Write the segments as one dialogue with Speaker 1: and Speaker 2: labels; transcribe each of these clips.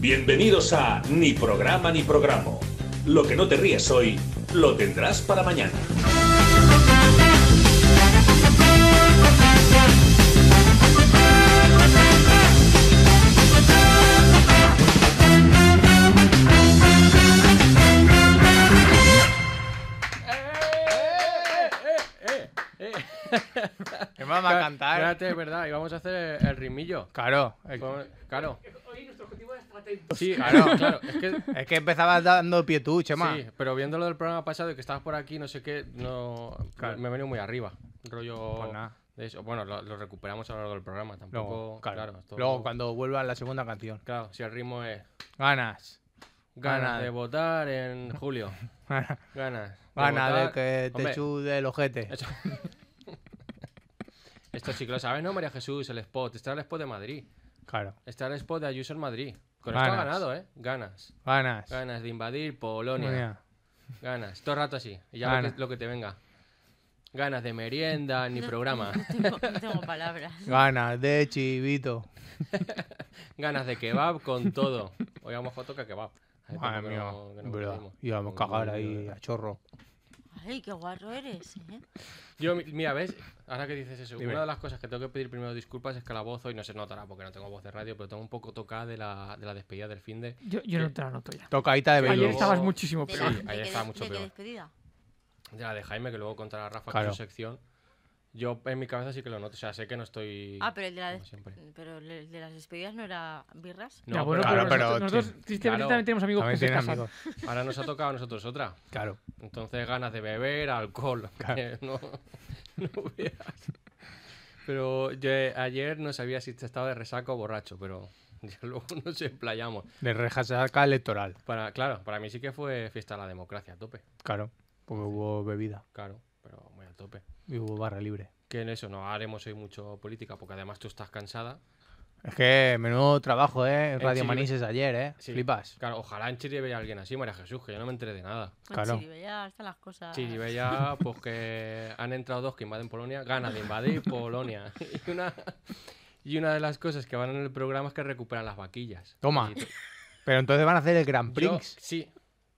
Speaker 1: Bienvenidos a Ni programa ni programa. Lo que no te ríes hoy, lo tendrás para mañana.
Speaker 2: ¿Qué más va a cantar?
Speaker 3: Espérate, es verdad, y vamos a hacer el ritmillo.
Speaker 2: Claro. el-
Speaker 3: Con- Claro.
Speaker 4: Hoy nuestro objetivo es estar atentos.
Speaker 3: Sí, claro, claro. Es que,
Speaker 2: Es que empezabas dando pie tú, Chema.
Speaker 3: sí, pero viendo lo del programa pasado y que estabas por aquí, no sé qué, no
Speaker 2: Claro.
Speaker 3: me he venido muy arriba. Rollo
Speaker 2: Pues nada.
Speaker 3: de eso. Bueno, lo, lo recuperamos a lo largo del programa, tampoco.
Speaker 2: Luego, claro.
Speaker 3: claro, es todo-
Speaker 2: Luego, cuando vuelva la segunda canción.
Speaker 3: claro, si el ritmo es
Speaker 2: Ganas.
Speaker 3: ganas
Speaker 2: Ganas.
Speaker 3: de votar en julio.
Speaker 2: Ganas
Speaker 3: Ganas. de
Speaker 2: de
Speaker 3: votar-
Speaker 2: que te
Speaker 3: Hombre,
Speaker 2: chude el ojete.
Speaker 3: eso- Esto sí que lo sabes, ¿no, María Jesús? El spot. Está el spot de Madrid.
Speaker 2: Claro.
Speaker 3: Está el spot de Ayuso en Madrid. Con esto ha
Speaker 2: Ganas.
Speaker 3: ganado, ¿eh? Ganas.
Speaker 2: Ganas.
Speaker 3: Ganas de invadir Polonia.
Speaker 2: Mira.
Speaker 3: Ganas, todo el rato así. Y ya lo
Speaker 2: Ganas.
Speaker 3: que, lo que te venga. Ganas de merienda, ni programa.
Speaker 4: No tengo, no tengo palabras.
Speaker 2: Ganas de chivito.
Speaker 3: Ganas de kebab con todo. Hoy a lo mejor toca kebab. Hace
Speaker 2: Madre
Speaker 3: tiempo que
Speaker 2: mía.
Speaker 3: no- que no
Speaker 2: verdad.
Speaker 3: comemos.
Speaker 2: Y vamos a cagar ahí a chorro.
Speaker 4: Ay, qué guarro eres, ¿eh?
Speaker 3: Yo, mi- mira, ¿ves? Ahora que dices eso,
Speaker 2: Dime.
Speaker 3: una de las cosas que tengo que pedir primero disculpas es que la voz hoy no se notará porque no tengo voz de radio, pero tengo un poco tocada de la, de la despedida del fin de.
Speaker 5: Yo, yo no te la noto ya.
Speaker 2: Tocaíta de
Speaker 3: Ayer
Speaker 2: Belus.
Speaker 5: Ayer estabas muchísimo
Speaker 4: De
Speaker 5: peor.
Speaker 4: la-
Speaker 3: Sí,
Speaker 4: de
Speaker 3: ayer
Speaker 4: que
Speaker 3: estaba
Speaker 4: des-
Speaker 3: mucho
Speaker 4: de que
Speaker 3: peor.
Speaker 4: despedida.
Speaker 3: de la de Jaime, que luego contará Rafa
Speaker 2: Claro.
Speaker 3: con su sección. Yo en mi cabeza sí que lo noto, o sea, sé que no estoy.
Speaker 4: Ah, pero el de, la
Speaker 3: como
Speaker 4: des-
Speaker 3: siempre.
Speaker 4: pero el de las despedidas no era birras.
Speaker 3: No,
Speaker 5: ya, bueno,
Speaker 3: pero-
Speaker 2: claro,
Speaker 5: pero,
Speaker 2: pero,
Speaker 5: nosotros, nosotros,
Speaker 2: tío,
Speaker 5: tristemente,
Speaker 3: claro.
Speaker 5: también tenemos amigos
Speaker 2: También
Speaker 5: que se
Speaker 2: tiene
Speaker 5: casan.
Speaker 2: amigos.
Speaker 3: ahora nos ha tocado a nosotros otra.
Speaker 2: Claro.
Speaker 3: Entonces ganas de beber alcohol. que No, no veas. Pero yo, eh, ayer no sabía si te estaba de resaca o borracho, pero ya luego nos explayamos.
Speaker 2: De rejasaca electoral.
Speaker 3: Para, claro, para mí sí que fue fiesta de la democracia, a tope.
Speaker 2: Claro. Porque hubo bebida.
Speaker 3: Claro, pero muy a tope.
Speaker 2: Y hubo barra libre.
Speaker 3: Que en eso no haremos hoy mucho política, porque además tú estás cansada.
Speaker 2: Es que menudo trabajo, ¿eh? Radio
Speaker 3: Chile-
Speaker 2: Manises ayer, ¿eh?
Speaker 3: Sí.
Speaker 2: Flipas.
Speaker 3: Claro, ojalá en Chiribella haya alguien así, María Jesús, que yo no me enteré de nada.
Speaker 4: Con
Speaker 2: Claro.
Speaker 4: Chiribella están las
Speaker 5: Ah.
Speaker 4: cosas.
Speaker 3: Chiribella, pues que han entrado dos que invaden Polonia, ganas de invadir Polonia. Y una, y una de las cosas que van en el programa es que recuperan las vaquillas.
Speaker 2: Toma.
Speaker 3: Y-
Speaker 2: Pero entonces van a hacer el Grand
Speaker 3: Yo,
Speaker 2: Prix.
Speaker 3: sí.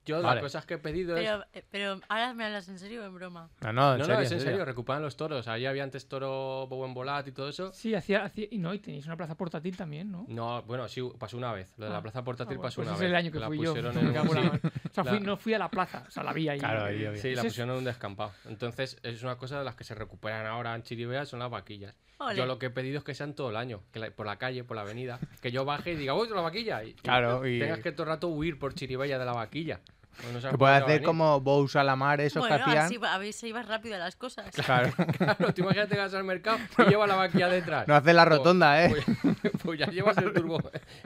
Speaker 3: Yo
Speaker 2: Vale.
Speaker 3: las cosas que he pedido es...
Speaker 4: Pero, eh, pero ahora me hablas en serio o en broma.
Speaker 2: No, no, en
Speaker 3: no,
Speaker 2: serio.
Speaker 3: no, es en serio, recuperan los toros. Ahí había antes toro en volat y todo eso.
Speaker 5: Sí, hacía, hacía- Y no, y tenéis una plaza portátil también, ¿no?
Speaker 3: No, bueno, sí, pasó una vez. Lo de la
Speaker 5: Ah.
Speaker 3: plaza portátil
Speaker 5: Ah, bueno,
Speaker 3: pasó
Speaker 5: pues
Speaker 3: una
Speaker 5: ese
Speaker 3: vez.
Speaker 5: es el año que
Speaker 3: la
Speaker 5: fui yo.
Speaker 3: pusieron
Speaker 5: me
Speaker 3: en
Speaker 5: cago en la
Speaker 3: un...
Speaker 5: mar. O sea, fui-
Speaker 3: la-
Speaker 5: no fui a la plaza, o sea, la vi ahí.
Speaker 2: Claro, ahí había.
Speaker 3: Sí, la
Speaker 5: Ese es-
Speaker 3: pusieron en un descampado. Entonces, es una cosa de las que se recuperan ahora en Chiribea, son las vaquillas.
Speaker 4: Ole.
Speaker 3: Yo lo que he pedido es que sean todo el año, que la- por la calle, por la avenida, que yo baje y diga, ¡Uy, la vaquilla! Y, y
Speaker 2: Claro, y-
Speaker 3: tengas que todo el rato huir por Chiribella de la vaquilla. Pues no sabes por
Speaker 2: Que puede
Speaker 3: dónde va a
Speaker 2: hacer
Speaker 3: venir.
Speaker 2: como Bous a la mar, esos
Speaker 4: bueno,
Speaker 2: que hacían.
Speaker 4: así va- a ver si ibas rápido a las cosas.
Speaker 2: Claro.
Speaker 3: Claro, tú imagínate que vas al mercado y lleva la vaquilla detrás.
Speaker 2: No hace la
Speaker 3: Pues-
Speaker 2: rotonda, ¿eh?
Speaker 3: Pues, pues ya llevas el turbo,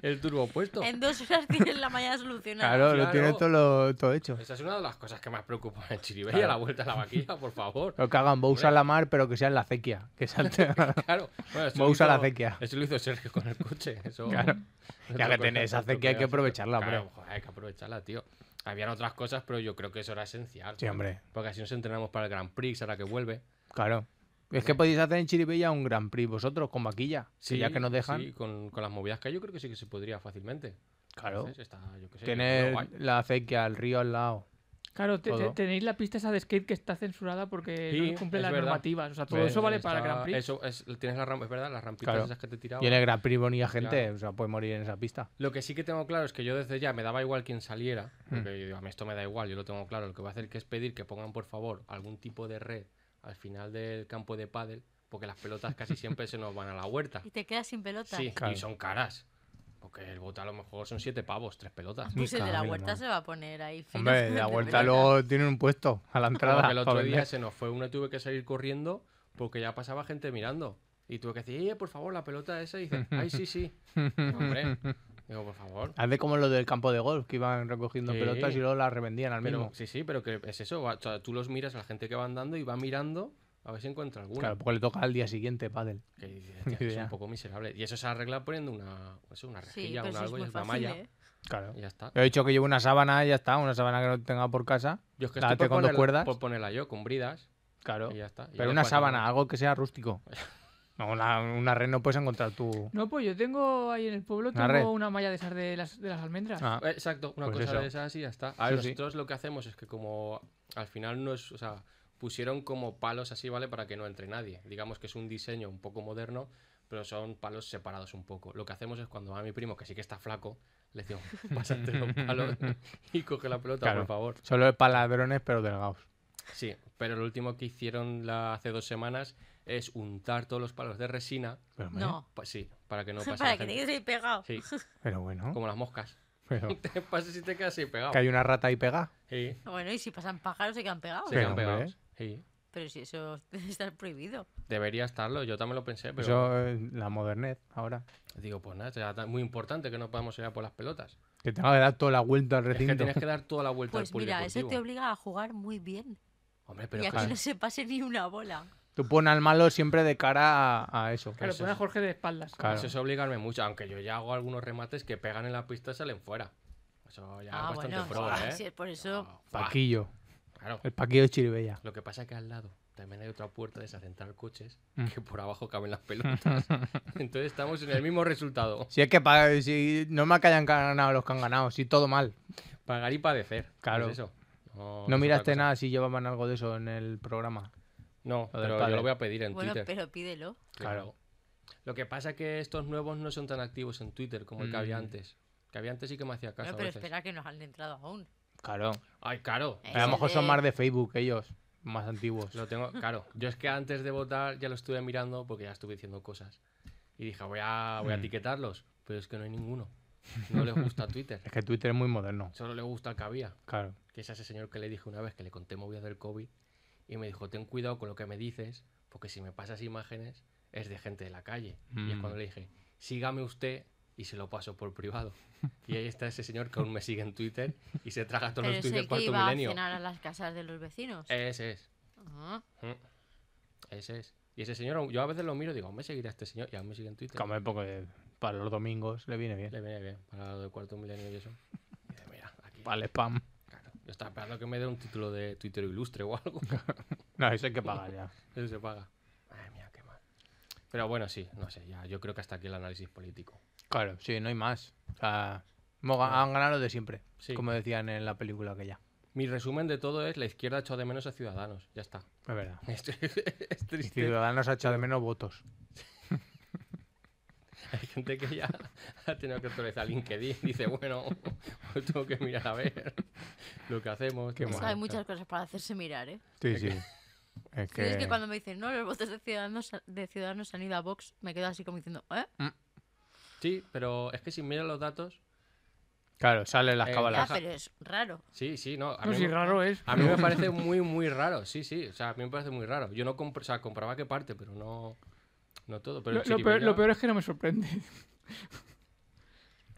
Speaker 3: el turbo puesto.
Speaker 4: En dos horas tienes la mañana solucionada.
Speaker 2: Claro, lo
Speaker 3: claro. Pues,
Speaker 2: tiene todo, lo- todo hecho.
Speaker 3: Esa es una de las cosas que más preocupa en Chiribella,
Speaker 2: Claro.
Speaker 3: la vuelta a la vaquilla, por favor.
Speaker 2: Lo que hagan Bous a la mar, pero que sea en la acequia. Que salte.
Speaker 3: Claro. Bueno, eso
Speaker 2: Voy a
Speaker 3: lo
Speaker 2: usar
Speaker 3: hizo-
Speaker 2: la acequia.
Speaker 3: Eso lo hizo Sergio con el coche. Eso,
Speaker 2: Claro.
Speaker 3: eso
Speaker 2: Ya que
Speaker 3: tocó
Speaker 2: tenés
Speaker 3: esa
Speaker 2: acequia, hay que
Speaker 3: atropellar.
Speaker 2: aprovecharla, hombre.
Speaker 3: Claro, joder, hay que aprovecharla, tío. Habían otras cosas, pero yo creo que eso era esencial.
Speaker 2: Sí, hombre.
Speaker 3: Porque así nos entrenamos para el Grand Prix, ahora que vuelve.
Speaker 2: Claro. Es que podéis hacer en Chiribella un Grand Prix vosotros, con vaquilla. Sí, ya que nos dejan.
Speaker 3: Sí, con, con las movidas que hay, yo creo que sí que se podría fácilmente.
Speaker 2: Claro.
Speaker 3: Entonces, está, yo qué sé,
Speaker 2: Tener
Speaker 3: yo creo guay.
Speaker 2: la acequia, el río al lado.
Speaker 5: Claro, te- te-
Speaker 2: Todo.
Speaker 5: tenéis la pista esa de skate que está censurada porque
Speaker 3: Sí,
Speaker 5: no cumple
Speaker 3: es verdad.
Speaker 5: las
Speaker 3: Pues
Speaker 5: normativas. O sea, todo
Speaker 2: Ves,
Speaker 5: eso vale
Speaker 3: Está-
Speaker 5: para el Grand Prix.
Speaker 3: Eso es, tienes la rampa, es verdad, las rampitas
Speaker 2: Claro.
Speaker 3: esas que te tiraban.
Speaker 2: Y en el Grand Prix venía gente,
Speaker 3: Claro.
Speaker 2: o sea, puede morir en esa pista.
Speaker 3: Lo que sí que tengo claro es que yo desde ya me daba igual quien saliera, porque yo digo, a mí esto me da igual, yo lo tengo claro. Lo que voy a hacer que es pedir que pongan, por favor, algún tipo de red al final del campo de pádel, porque las pelotas casi siempre se nos van a la huerta.
Speaker 4: Y te quedas sin pelota.
Speaker 3: Sí,
Speaker 2: Claro.
Speaker 3: y son caras. Porque el bote a lo mejor son siete pavos, tres pelotas.
Speaker 4: Pues el de la
Speaker 2: Cabrón,
Speaker 4: huerta
Speaker 2: man.
Speaker 4: se va a poner ahí. fino.
Speaker 2: Hombre, la
Speaker 4: De
Speaker 2: vuelta
Speaker 4: verdad.
Speaker 2: luego tienen un puesto a la entrada.
Speaker 3: Porque el otro
Speaker 2: pa'
Speaker 3: día
Speaker 2: vender.
Speaker 3: se nos fue uno y tuve que salir corriendo porque ya pasaba gente mirando. Y tuve que decir, "Eh, por favor, la pelota esa. Y dice, ay, sí, sí. Hombre. Digo, por favor.
Speaker 2: Haz de como lo del campo de golf, que iban recogiendo
Speaker 3: Sí.
Speaker 2: pelotas y luego las revendían al
Speaker 3: Pero-
Speaker 2: mismo.
Speaker 3: sí, sí, pero que es eso. va- o sea, tú los miras a la gente que va andando y va mirando a ver si encuentra alguna.
Speaker 2: Claro, porque le toca al día siguiente, pádel.
Speaker 3: Que dices, "Hostia,
Speaker 2: Ni
Speaker 3: es
Speaker 2: idea.
Speaker 3: un poco miserable. Y eso se arregla poniendo una, eso, una
Speaker 4: Sí,
Speaker 3: rejilla,
Speaker 4: pero
Speaker 3: un
Speaker 4: eso es
Speaker 3: algo y
Speaker 4: muy
Speaker 3: es una
Speaker 4: fácil,
Speaker 3: malla.
Speaker 4: ¿eh?
Speaker 2: Claro.
Speaker 3: Y ya está.
Speaker 2: Yo he dicho que llevo una sábana y ya está, una sábana que no tenga por casa.
Speaker 3: Yo es que
Speaker 2: Date
Speaker 3: estoy por
Speaker 2: con dos
Speaker 3: ponerla,
Speaker 2: cuerdas.
Speaker 3: por ponerla yo, con bridas.
Speaker 2: Claro.
Speaker 3: Y ya está. Y
Speaker 2: Pero
Speaker 3: ya
Speaker 2: una
Speaker 3: cuando-
Speaker 2: sábana, algo que sea rústico. No, una, una red no puedes encontrar tú.
Speaker 5: No, pues yo tengo ahí en el pueblo
Speaker 2: Una
Speaker 5: tengo
Speaker 2: red.
Speaker 5: una malla de esas de las, de las almendras.
Speaker 2: Ah,
Speaker 3: Eh, Exacto, una
Speaker 2: Pues
Speaker 3: cosa
Speaker 2: eso.
Speaker 3: de esas y ya está. A ver,
Speaker 2: Sí, sí.
Speaker 3: nosotros lo que hacemos es que como al final no es, o sea, pusieron como palos así, ¿vale? Para que no entre nadie. Digamos que es un diseño un poco moderno, pero son palos separados un poco. Lo que hacemos es cuando va mi primo, que sí que está flaco, le decimos, pásate los palos y coge la pelota,
Speaker 2: Claro.
Speaker 3: por favor.
Speaker 2: solo es para ladrones, pero delgados.
Speaker 3: Sí, pero lo último que hicieron la, hace dos semanas es untar todos los palos de resina,
Speaker 2: Pero, hombre,
Speaker 4: No.
Speaker 3: pa- sí, para que no pase
Speaker 4: Para
Speaker 3: la
Speaker 4: que te
Speaker 3: gente.
Speaker 4: quedes ahí pegado.
Speaker 3: Sí,
Speaker 2: pero bueno.
Speaker 3: como las moscas.
Speaker 2: Pero
Speaker 3: Te pasa si te quedas ahí pegado.
Speaker 2: que hay una rata ahí pegada.
Speaker 3: Sí.
Speaker 4: Bueno, y si pasan pájaros se quedan pegados.
Speaker 3: Se quedan
Speaker 2: hombre.
Speaker 3: pegados. Sí.
Speaker 4: Pero si eso debe estar prohibido.
Speaker 3: Debería estarlo, yo también lo pensé, pero
Speaker 2: Eso es la modernet ahora.
Speaker 3: digo, pues nada, será tan- muy importante que no podamos ir a por las pelotas.
Speaker 2: Que tenga que dar toda la vuelta al
Speaker 3: Es que
Speaker 2: recinto.
Speaker 3: tienes que dar toda la vuelta
Speaker 4: Pues
Speaker 3: al
Speaker 4: mira, eso te
Speaker 3: polideportivo.
Speaker 4: obliga a jugar muy bien.
Speaker 3: Hombre, pero
Speaker 4: y a
Speaker 3: es que-
Speaker 4: que no se pase ni una bola.
Speaker 2: Tú pones al malo siempre de cara a, a eso. pues,
Speaker 5: Claro,
Speaker 3: pues eso
Speaker 5: pone a
Speaker 3: es-
Speaker 5: Jorge de espaldas.
Speaker 2: Claro.
Speaker 3: eso es obligarme mucho, aunque yo ya hago algunos remates que pegan en la pista y salen fuera. Eso ya
Speaker 4: ah,
Speaker 3: es bastante
Speaker 4: bueno,
Speaker 3: pro,
Speaker 4: sí,
Speaker 3: ¿eh?
Speaker 4: sí, por eso.
Speaker 3: Ah, buah,
Speaker 2: Paquillo.
Speaker 3: Claro.
Speaker 2: El paquillo de Chiribella.
Speaker 3: Lo que pasa es que al lado también hay otra puerta de esa central coches
Speaker 2: Mm.
Speaker 3: que por abajo caben las pelotas. Entonces estamos en el mismo resultado.
Speaker 2: Si es que pa- si no me que hayan ganado los que han ganado, si todo mal.
Speaker 3: Pagar y padecer.
Speaker 2: Claro.
Speaker 3: es eso. No,
Speaker 2: No
Speaker 3: es
Speaker 2: miraste
Speaker 3: otra cosa.
Speaker 2: nada si llevaban algo de eso en el programa.
Speaker 3: No,
Speaker 2: Lo del
Speaker 3: pero yo
Speaker 2: padre.
Speaker 3: lo voy a pedir en
Speaker 4: Bueno,
Speaker 3: Twitter.
Speaker 4: pero pídelo.
Speaker 3: Claro. Lo que pasa es que estos nuevos no son tan activos en Twitter como el que había
Speaker 2: Mm.
Speaker 3: antes. Que había antes sí que me hacía caso.
Speaker 4: Bueno,
Speaker 3: a
Speaker 4: pero
Speaker 3: veces.
Speaker 4: espera que nos han entrado aún.
Speaker 2: Claro.
Speaker 3: Ay, claro.
Speaker 4: Eh.
Speaker 2: a lo
Speaker 4: Ese
Speaker 2: mejor son
Speaker 4: de-
Speaker 2: más de Facebook ellos, más antiguos.
Speaker 3: Lo tengo, claro. Yo es que antes de votar ya lo estuve mirando porque ya estuve diciendo cosas. Y dije, voy a, voy a
Speaker 2: Mm.
Speaker 3: etiquetarlos. Pero es que no hay ninguno. No les gusta Twitter.
Speaker 2: Es que Twitter es muy moderno.
Speaker 3: Solo le gusta el que había.
Speaker 2: Claro.
Speaker 3: Que es a ese señor que le dije una vez que le conté movidas del COVID. Y me dijo, ten cuidado con lo que me dices, porque si me pasas imágenes es de gente de la calle. Y es
Speaker 2: Mm.
Speaker 3: cuando le dije, sígame usted y se lo paso por privado. Y ahí está ese señor que aún me sigue en Twitter y se traga todos los
Speaker 4: Pero es
Speaker 3: tweets del
Speaker 4: el que
Speaker 3: cuarto
Speaker 4: iba
Speaker 3: milenio.
Speaker 4: a cenar a las casas de los vecinos.
Speaker 2: Eh,
Speaker 4: Ah,
Speaker 3: Ese es,
Speaker 4: Ajá.
Speaker 3: ese es. Y ese señor, aún- yo a veces lo miro y digo, me seguirá este señor y aún me sigue en Twitter.
Speaker 2: Como porque para los domingos le viene bien.
Speaker 3: Le viene bien para lo del cuarto milenio y eso. Y dice, mira, aquí.
Speaker 2: Para el spam.
Speaker 3: claro. Yo estaba esperando que me dé un título de Twitter ilustre o algo.
Speaker 2: No, eso hay que pagar ya.
Speaker 3: Eso se paga. Ay, mía, qué mal. Pero bueno, sí, no sé, ya, yo creo que hasta aquí el análisis político.
Speaker 2: Claro, sí, no hay más. O sea, hemos ga- han ganado los de siempre.
Speaker 3: Sí.
Speaker 2: Como decían en la película aquella.
Speaker 3: Mi resumen de todo es, la izquierda echó de menos a Ciudadanos, ya está.
Speaker 2: Es verdad.
Speaker 3: Es, tri- es
Speaker 2: Y
Speaker 3: triste.
Speaker 2: Ciudadanos ha echado de menos votos.
Speaker 3: Hay gente que ya ha tenido que actualizar LinkedIn y dice, bueno, pues tengo que mirar a ver lo que hacemos.
Speaker 2: Qué
Speaker 3: tal.
Speaker 4: Es que
Speaker 2: mal.
Speaker 4: hay muchas cosas para hacerse mirar, ¿eh?
Speaker 2: Sí, sí. Es
Speaker 4: Sí, Es
Speaker 2: que-
Speaker 4: que cuando me dicen, no, los votos de Ciudadanos, de ciudadanos han ido a Vox, me quedo así como diciendo, ¿eh?
Speaker 3: Sí, pero es que si miras los datos...
Speaker 2: Claro, salen las
Speaker 3: Eh,
Speaker 4: Ah,
Speaker 2: cábalas.
Speaker 3: Ajá.
Speaker 4: pero es raro.
Speaker 3: Sí, sí, no. A
Speaker 5: No,
Speaker 3: mí
Speaker 5: si
Speaker 3: me- Ah,
Speaker 5: raro es.
Speaker 3: A mí me parece muy, muy raro, sí, sí. O sea, a mí me parece muy raro. Yo no compro, o sea, compraba qué parte, pero no, no todo. Pero
Speaker 5: Lo,
Speaker 3: el
Speaker 5: lo peor, lo
Speaker 3: Chiribella-
Speaker 5: peor es que no me sorprende.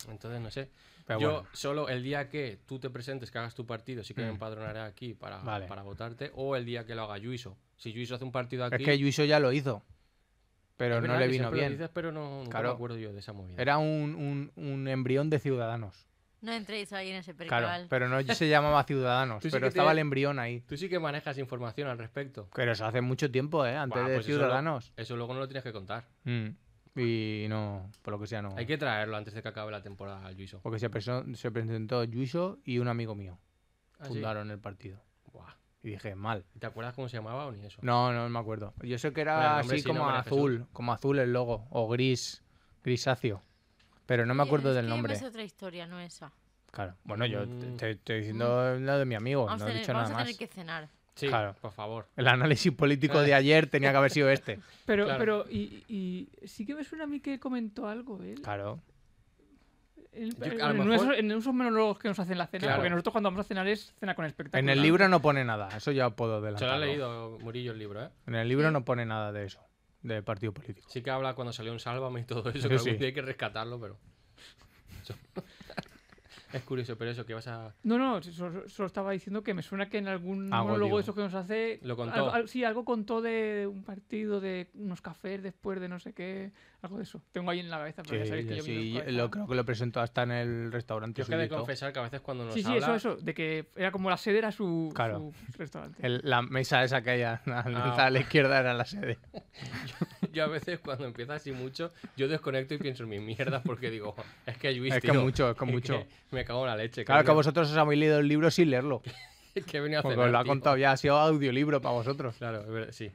Speaker 3: Entonces, no sé.
Speaker 2: Pero
Speaker 3: yo
Speaker 2: bueno. Mm.
Speaker 3: solo el día que tú te presentes, que hagas tu partido, sí que me empadronaré aquí para,
Speaker 2: Vale.
Speaker 3: para votarte, o el día que lo haga Juiso. Si Juiso hace un partido aquí...
Speaker 2: Es que Juiso ya lo hizo. Pero
Speaker 3: es
Speaker 2: no
Speaker 3: verdad
Speaker 2: le
Speaker 3: que
Speaker 2: vino
Speaker 3: siempre lo
Speaker 2: bien.
Speaker 3: dices, pero no, nunca
Speaker 2: Claro.
Speaker 3: me acuerdo yo de esa movida.
Speaker 2: Era un, un- un embrión de Ciudadanos.
Speaker 4: No entréis ahí en ese percal.
Speaker 2: Claro, pero no se llamaba Ciudadanos,
Speaker 3: Tú sí
Speaker 2: pero
Speaker 3: que
Speaker 2: estaba
Speaker 3: tienes-
Speaker 2: el embrión ahí.
Speaker 3: Tú sí que manejas información al respecto.
Speaker 2: Pero eso hace mucho tiempo, ¿eh? Antes
Speaker 3: Buah,
Speaker 2: de
Speaker 3: pues eso lo-
Speaker 2: Ciudadanos.
Speaker 3: Eso luego no lo tienes que contar.
Speaker 2: Mm. Y no, por lo que sea, no.
Speaker 3: Hay que traerlo antes de que acabe la temporada al Juiso.
Speaker 2: Porque se, preso- se presentó Juiso y un amigo mío.
Speaker 3: ¿Ah, sí?
Speaker 2: fundaron el partido.
Speaker 3: Buah.
Speaker 2: Y dije, mal.
Speaker 3: ¿Y ¿Te acuerdas cómo se llamaba o ni eso?
Speaker 2: No, no me acuerdo. Yo sé que
Speaker 3: Bueno, el
Speaker 2: era
Speaker 3: nombre
Speaker 2: así
Speaker 3: sí,
Speaker 2: como
Speaker 3: nombre de
Speaker 2: azul, como azul el logo, o gris, grisáceo. Pero no me
Speaker 4: Oye,
Speaker 2: acuerdo
Speaker 4: es
Speaker 2: del
Speaker 4: que yo me
Speaker 2: nombre.
Speaker 4: sé otra historia, no esa.
Speaker 2: Claro. Bueno, yo te,
Speaker 3: Mm.
Speaker 2: te estoy diciendo lo de mi amigo,
Speaker 4: Vamos,
Speaker 2: Oh, no
Speaker 4: a
Speaker 2: he
Speaker 4: tener,
Speaker 2: dicho nada
Speaker 4: vamos a
Speaker 2: más.
Speaker 4: tener que cenar.
Speaker 3: Sí,
Speaker 2: Claro.
Speaker 3: por favor.
Speaker 2: El análisis político de ayer tenía que haber sido este.
Speaker 5: Pero,
Speaker 3: Claro.
Speaker 5: pero y, y sí que me suena a mí que comentó algo él.
Speaker 2: Claro.
Speaker 5: Él-
Speaker 3: Ah, Yo- a
Speaker 5: él-
Speaker 3: lo
Speaker 5: en, uno de
Speaker 3: mejor-
Speaker 5: esos, en esos monólogos que nos hacen la cena,
Speaker 3: Claro.
Speaker 5: porque nosotros cuando vamos a cenar es cena con espectáculo.
Speaker 2: En el libro no pone nada, eso ya puedo
Speaker 3: Se lo ha
Speaker 2: adelantarlo.
Speaker 3: leído Murillo el libro, ¿eh?
Speaker 2: En el libro no pone nada de eso, de partido político.
Speaker 3: Sí que habla cuando salió un Sálvame y todo eso,
Speaker 2: Sí,
Speaker 3: que algún
Speaker 2: sí.
Speaker 3: día hay que rescatarlo, pero... Eso. es curioso, pero eso, que vas a...
Speaker 5: No, no, si- solo, solo estaba diciendo que me suena que en algún
Speaker 2: Algo
Speaker 5: monólogo
Speaker 2: digo.
Speaker 5: de esos que nos hace.
Speaker 3: Ah, Lo contó.
Speaker 5: algo- al- sí, algo contó de un partido, de unos cafés después de no sé qué. Algo de eso. Tengo ahí en la cabeza,
Speaker 3: Pues
Speaker 5: pero
Speaker 2: Sí,
Speaker 5: ya sabéis que
Speaker 2: yo
Speaker 5: yo
Speaker 2: sí,
Speaker 5: vivo en cabeza.
Speaker 2: lo creo que lo presentó hasta en el restaurante.
Speaker 3: Yo es que he de
Speaker 2: suyito.
Speaker 3: confesar que a veces cuando nos
Speaker 5: Sí, sí,
Speaker 3: habla...
Speaker 5: eso, eso. De que era como la sede, era su,
Speaker 2: Claro.
Speaker 5: su restaurante.
Speaker 2: El- la mesa esa que hay a, a
Speaker 3: Ah.
Speaker 2: la izquierda era la sede.
Speaker 3: yo a veces cuando empieza así mucho, yo desconecto y pienso en mis mierdas porque digo, es que Luis,
Speaker 2: Es que
Speaker 3: tío,
Speaker 2: mucho, es que mucho.
Speaker 3: me cago en la leche.
Speaker 2: Claro, que
Speaker 3: coño,
Speaker 2: vosotros os habéis leído el libro sin leerlo.
Speaker 3: que he venido a
Speaker 2: Porque
Speaker 3: cenar,
Speaker 2: os lo ha
Speaker 3: tío.
Speaker 2: contado ya, ha sido audiolibro para vosotros.
Speaker 3: Claro, es verdad, sí.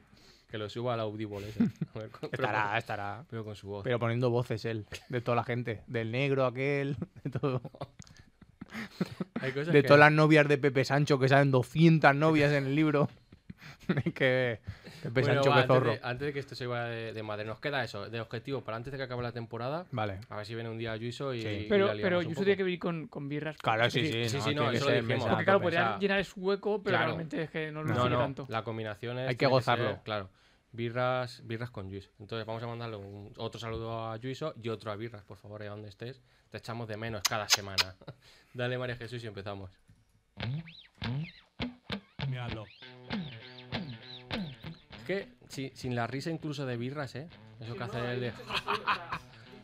Speaker 3: Que lo suba al Audible ese. A ver, con- pero,
Speaker 2: Estará, estará.
Speaker 3: pero con su voz.
Speaker 2: Pero poniendo voces él, de toda la gente. Del negro aquel, de todo.
Speaker 3: Hay cosas
Speaker 2: De
Speaker 3: que-
Speaker 2: todas las novias de Pepe Sancho, que salen 200 novias en el libro. Es que Pepe
Speaker 3: Bueno,
Speaker 2: Sancho,
Speaker 3: va,
Speaker 2: que
Speaker 3: antes
Speaker 2: zorro.
Speaker 3: de- Antes de que esto se vaya de, de madre, nos queda eso, de objetivo para antes de que acabe la temporada.
Speaker 2: Vale.
Speaker 3: A ver si viene un día Yuiso y.
Speaker 2: Sí.
Speaker 3: y
Speaker 5: Pero,
Speaker 3: la liamos
Speaker 5: pero
Speaker 3: un
Speaker 5: yo
Speaker 3: poco.
Speaker 5: tiene que venir con, con birras.
Speaker 2: Claro, sí,
Speaker 5: Es
Speaker 2: sí.
Speaker 5: decir,
Speaker 3: sí,
Speaker 2: no,
Speaker 3: sí, no,
Speaker 2: tiene que
Speaker 3: eso lo
Speaker 2: ser
Speaker 3: dijimos.
Speaker 2: mesa
Speaker 5: Porque
Speaker 2: a
Speaker 5: Ah, claro, pues
Speaker 2: tope.
Speaker 5: podrían
Speaker 3: esa-
Speaker 5: llenar ese hueco, pero
Speaker 3: Claro.
Speaker 5: realmente es que no lo
Speaker 2: No,
Speaker 5: sigue
Speaker 3: No, no,
Speaker 5: tanto.
Speaker 3: la combinación es.
Speaker 2: Hay que
Speaker 3: tiene
Speaker 2: gozarlo.
Speaker 3: ser, claro. Birras, birras con Luis. Entonces vamos a mandarle un- otro saludo a Yuiso y otro a Birras, por favor, allá donde estés. Te echamos de menos cada semana. Dale, María Jesús, y empezamos. Es que si- sin la risa incluso de birras, ¿eh? Eso que hace el de...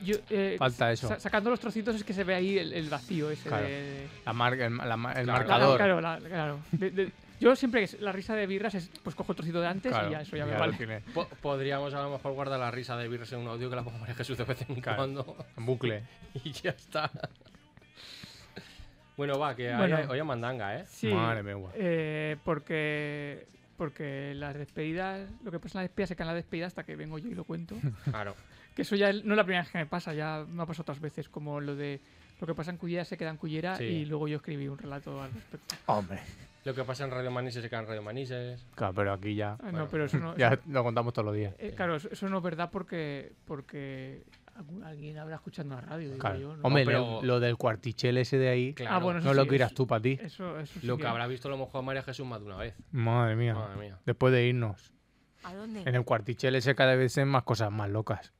Speaker 5: Yo, eh,
Speaker 2: Falta eso.
Speaker 5: sa- sacando los trocitos es que se ve ahí el, el vacío ese
Speaker 2: Claro.
Speaker 5: de...
Speaker 2: La mar- el la ma- el
Speaker 3: Claro.
Speaker 2: marcador.
Speaker 5: Claro, Ah, claro, la- claro. De- de- yo siempre que es- la risa de birras es, pues cojo el trocito de antes
Speaker 2: Claro,
Speaker 5: y ya eso ya
Speaker 2: ya
Speaker 5: me
Speaker 2: lo
Speaker 5: vale.
Speaker 2: tiene.
Speaker 3: Po- podríamos a lo mejor guardar la risa de birras en un audio que la ponga María Jesús de vez en
Speaker 2: Claro.
Speaker 3: cuando
Speaker 2: En bucle.
Speaker 3: y ya está. Bueno, va, que
Speaker 5: Bueno.
Speaker 3: hoy, hoy hay mandanga, ¿eh?
Speaker 5: Sí,
Speaker 2: Madre mía. guau.
Speaker 5: eh, porque, porque las despedidas, lo que pasa en la despedida se cae en la despedida hasta que vengo yo y lo cuento.
Speaker 3: Claro.
Speaker 5: que eso ya no es la primera vez que me pasa, ya me ha pasado otras veces, como lo de lo que pasa en Cullera se queda en Cullera
Speaker 3: Sí.
Speaker 5: y luego yo escribí un relato al respecto.
Speaker 2: Hombre.
Speaker 3: Lo que pasa en Radio Manises se queda en Radio Manises.
Speaker 2: Claro, pero aquí ya.
Speaker 5: Ah,
Speaker 3: Bueno,
Speaker 5: no, pero eso no...
Speaker 2: Ya lo contamos todos los días.
Speaker 5: Eh, claro, eso, eso no es verdad porque, porque algún- alguien habrá escuchando la radio, digo
Speaker 2: Claro.
Speaker 5: yo. ¿no?
Speaker 2: Hombre,
Speaker 3: No,
Speaker 2: lo-
Speaker 3: pero-
Speaker 2: lo del cuartichel ese de ahí.
Speaker 3: Claro.
Speaker 5: bueno, eso
Speaker 2: No lo
Speaker 5: sí,
Speaker 2: quieras
Speaker 5: eso-
Speaker 2: tú para ti.
Speaker 5: Eso, eso sí ¿eh?
Speaker 3: Lo
Speaker 5: que-
Speaker 3: que habrá visto a lo mejor María Jesús más de una vez.
Speaker 2: Madre mía.
Speaker 3: Madre mía.
Speaker 2: Después de irnos.
Speaker 4: ¿A dónde?
Speaker 2: En el cuartichel ese cada vez es más cosas más locas.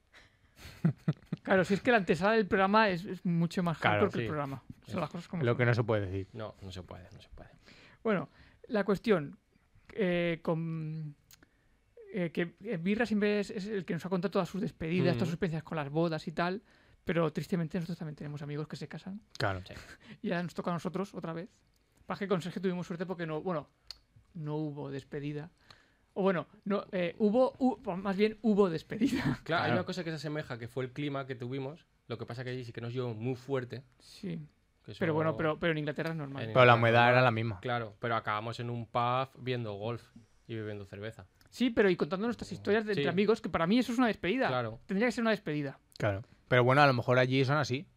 Speaker 5: Claro, si es que la antesala del programa es, es mucho más
Speaker 2: Claro,
Speaker 5: hardcore que el
Speaker 3: sí.
Speaker 5: programa. O sea, las cosas como
Speaker 2: Lo
Speaker 5: son.
Speaker 2: que no se puede decir.
Speaker 3: No, no se puede, no se puede.
Speaker 5: Bueno, la cuestión eh, con eh, que eh, Birra siempre es, es el que nos ha contado todas sus despedidas,
Speaker 3: Mm.
Speaker 5: todas sus experiencias con las bodas y tal, pero tristemente nosotros también tenemos amigos que se casan
Speaker 2: Claro.
Speaker 5: y ahora nos toca a nosotros otra vez. Para que con Sergio tuvimos suerte porque no, bueno, no hubo despedida. O bueno, no, eh, hubo, hu- más bien hubo despedida.
Speaker 3: Claro, hay
Speaker 2: Claro.
Speaker 3: una cosa que se asemeja, que fue el clima que tuvimos. Lo que pasa que allí sí que nos llevó muy fuerte.
Speaker 5: Sí,
Speaker 3: que eso-
Speaker 5: pero bueno, pero, pero en Inglaterra es normal.
Speaker 3: en
Speaker 2: Pero la
Speaker 3: Inglaterra,
Speaker 2: humedad era la misma.
Speaker 3: Claro, pero acabamos en un pub viendo golf y bebiendo cerveza.
Speaker 5: Sí, pero y contando nuestras historias de entre
Speaker 3: Sí.
Speaker 5: amigos, que para mí eso es una despedida.
Speaker 3: Claro.
Speaker 5: Tendría que ser una despedida.
Speaker 2: Claro. Pero bueno, a lo mejor allí son así.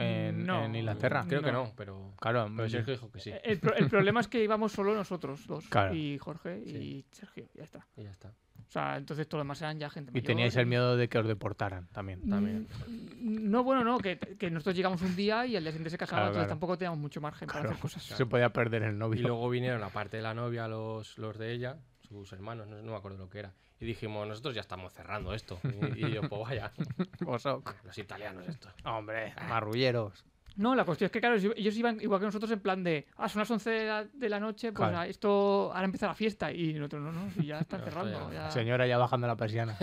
Speaker 2: En,
Speaker 5: No.
Speaker 2: en Inglaterra.
Speaker 3: Creo que
Speaker 5: No.
Speaker 3: no, pero...
Speaker 2: Claro.
Speaker 3: Pero Sergio dijo que sí.
Speaker 5: Eh, El, pro- el problema es que íbamos solo nosotros dos.
Speaker 2: Claro.
Speaker 5: Y Jorge y
Speaker 3: Sí.
Speaker 5: Sergio, ya está.
Speaker 3: Y ya está.
Speaker 5: O sea, entonces todo lo demás eran ya gente
Speaker 2: Y
Speaker 5: mayor.
Speaker 2: teníais el miedo de que os deportaran también.
Speaker 3: también.
Speaker 5: Mm, No, bueno, no, que, que nosotros llegamos un día y al día siguiente se casaba,
Speaker 2: Claro,
Speaker 5: entonces
Speaker 2: claro.
Speaker 5: tampoco teníamos mucho margen para
Speaker 2: Claro.
Speaker 5: hacer cosas.
Speaker 2: Se podía perder el
Speaker 3: Y
Speaker 2: novio.
Speaker 3: luego vinieron, aparte de la novia, los, los de ella, sus hermanos, no, no me acuerdo lo que era. Y dijimos, nosotros ya estamos cerrando esto. Y, y yo, pues vaya,
Speaker 2: Vosotros.
Speaker 3: los italianos estos.
Speaker 2: Hombre, marrulleros.
Speaker 5: No, la cuestión es que, claro, ellos- ellos iban igual que nosotros en plan de, ah, son las 11 de la, de la noche, pues
Speaker 2: Claro.
Speaker 5: ah, esto, ahora empieza la fiesta. Y nosotros, no, no, si ya están
Speaker 3: No, esto
Speaker 5: cerrando.
Speaker 3: ya-
Speaker 5: ya-
Speaker 2: Señora ya bajando la persiana.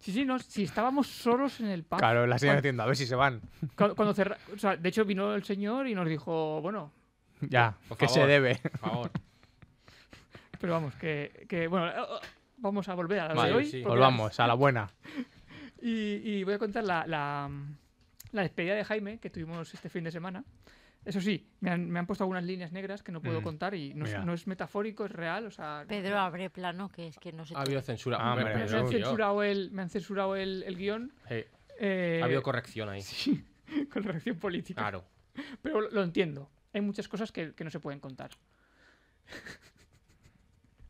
Speaker 5: Sí, sí, no, si estábamos solos en el pub.
Speaker 2: Claro, la señora
Speaker 5: Cuando-
Speaker 2: diciendo, a ver si se van.
Speaker 5: Cuando, cuando cerra- o sea, de hecho vino el señor y nos dijo, bueno,
Speaker 2: Ya,
Speaker 3: Por
Speaker 2: que se
Speaker 3: favor.
Speaker 2: debe.
Speaker 3: Por favor.
Speaker 5: pero vamos, que, que, bueno, eh, eh, vamos a volver a la
Speaker 3: Vale,
Speaker 5: de hoy.
Speaker 3: sí.
Speaker 5: porque-
Speaker 2: Volvamos, a la buena.
Speaker 5: Y, y voy a contar la, la, la despedida de Jaime que tuvimos este fin de semana. Eso sí, me han, me han puesto algunas líneas negras que no puedo
Speaker 2: Mm,
Speaker 5: contar y no
Speaker 2: mira.
Speaker 5: es, no es metafórico, es real, o sea...
Speaker 4: Pedro abre plano, que es que no sé.
Speaker 3: Ha habido censura.
Speaker 2: Ah,
Speaker 3: Hombre,
Speaker 2: hombre,
Speaker 5: me,
Speaker 3: pero
Speaker 5: han
Speaker 2: Pedro,
Speaker 3: tío.
Speaker 5: censurado el, me han censurado el, el guión.
Speaker 3: Sí,
Speaker 5: eh,
Speaker 3: ha habido corrección ahí.
Speaker 5: sí, con reacción política.
Speaker 3: Claro.
Speaker 5: Pero lo, lo entiendo. Hay muchas cosas que, que no se pueden contar.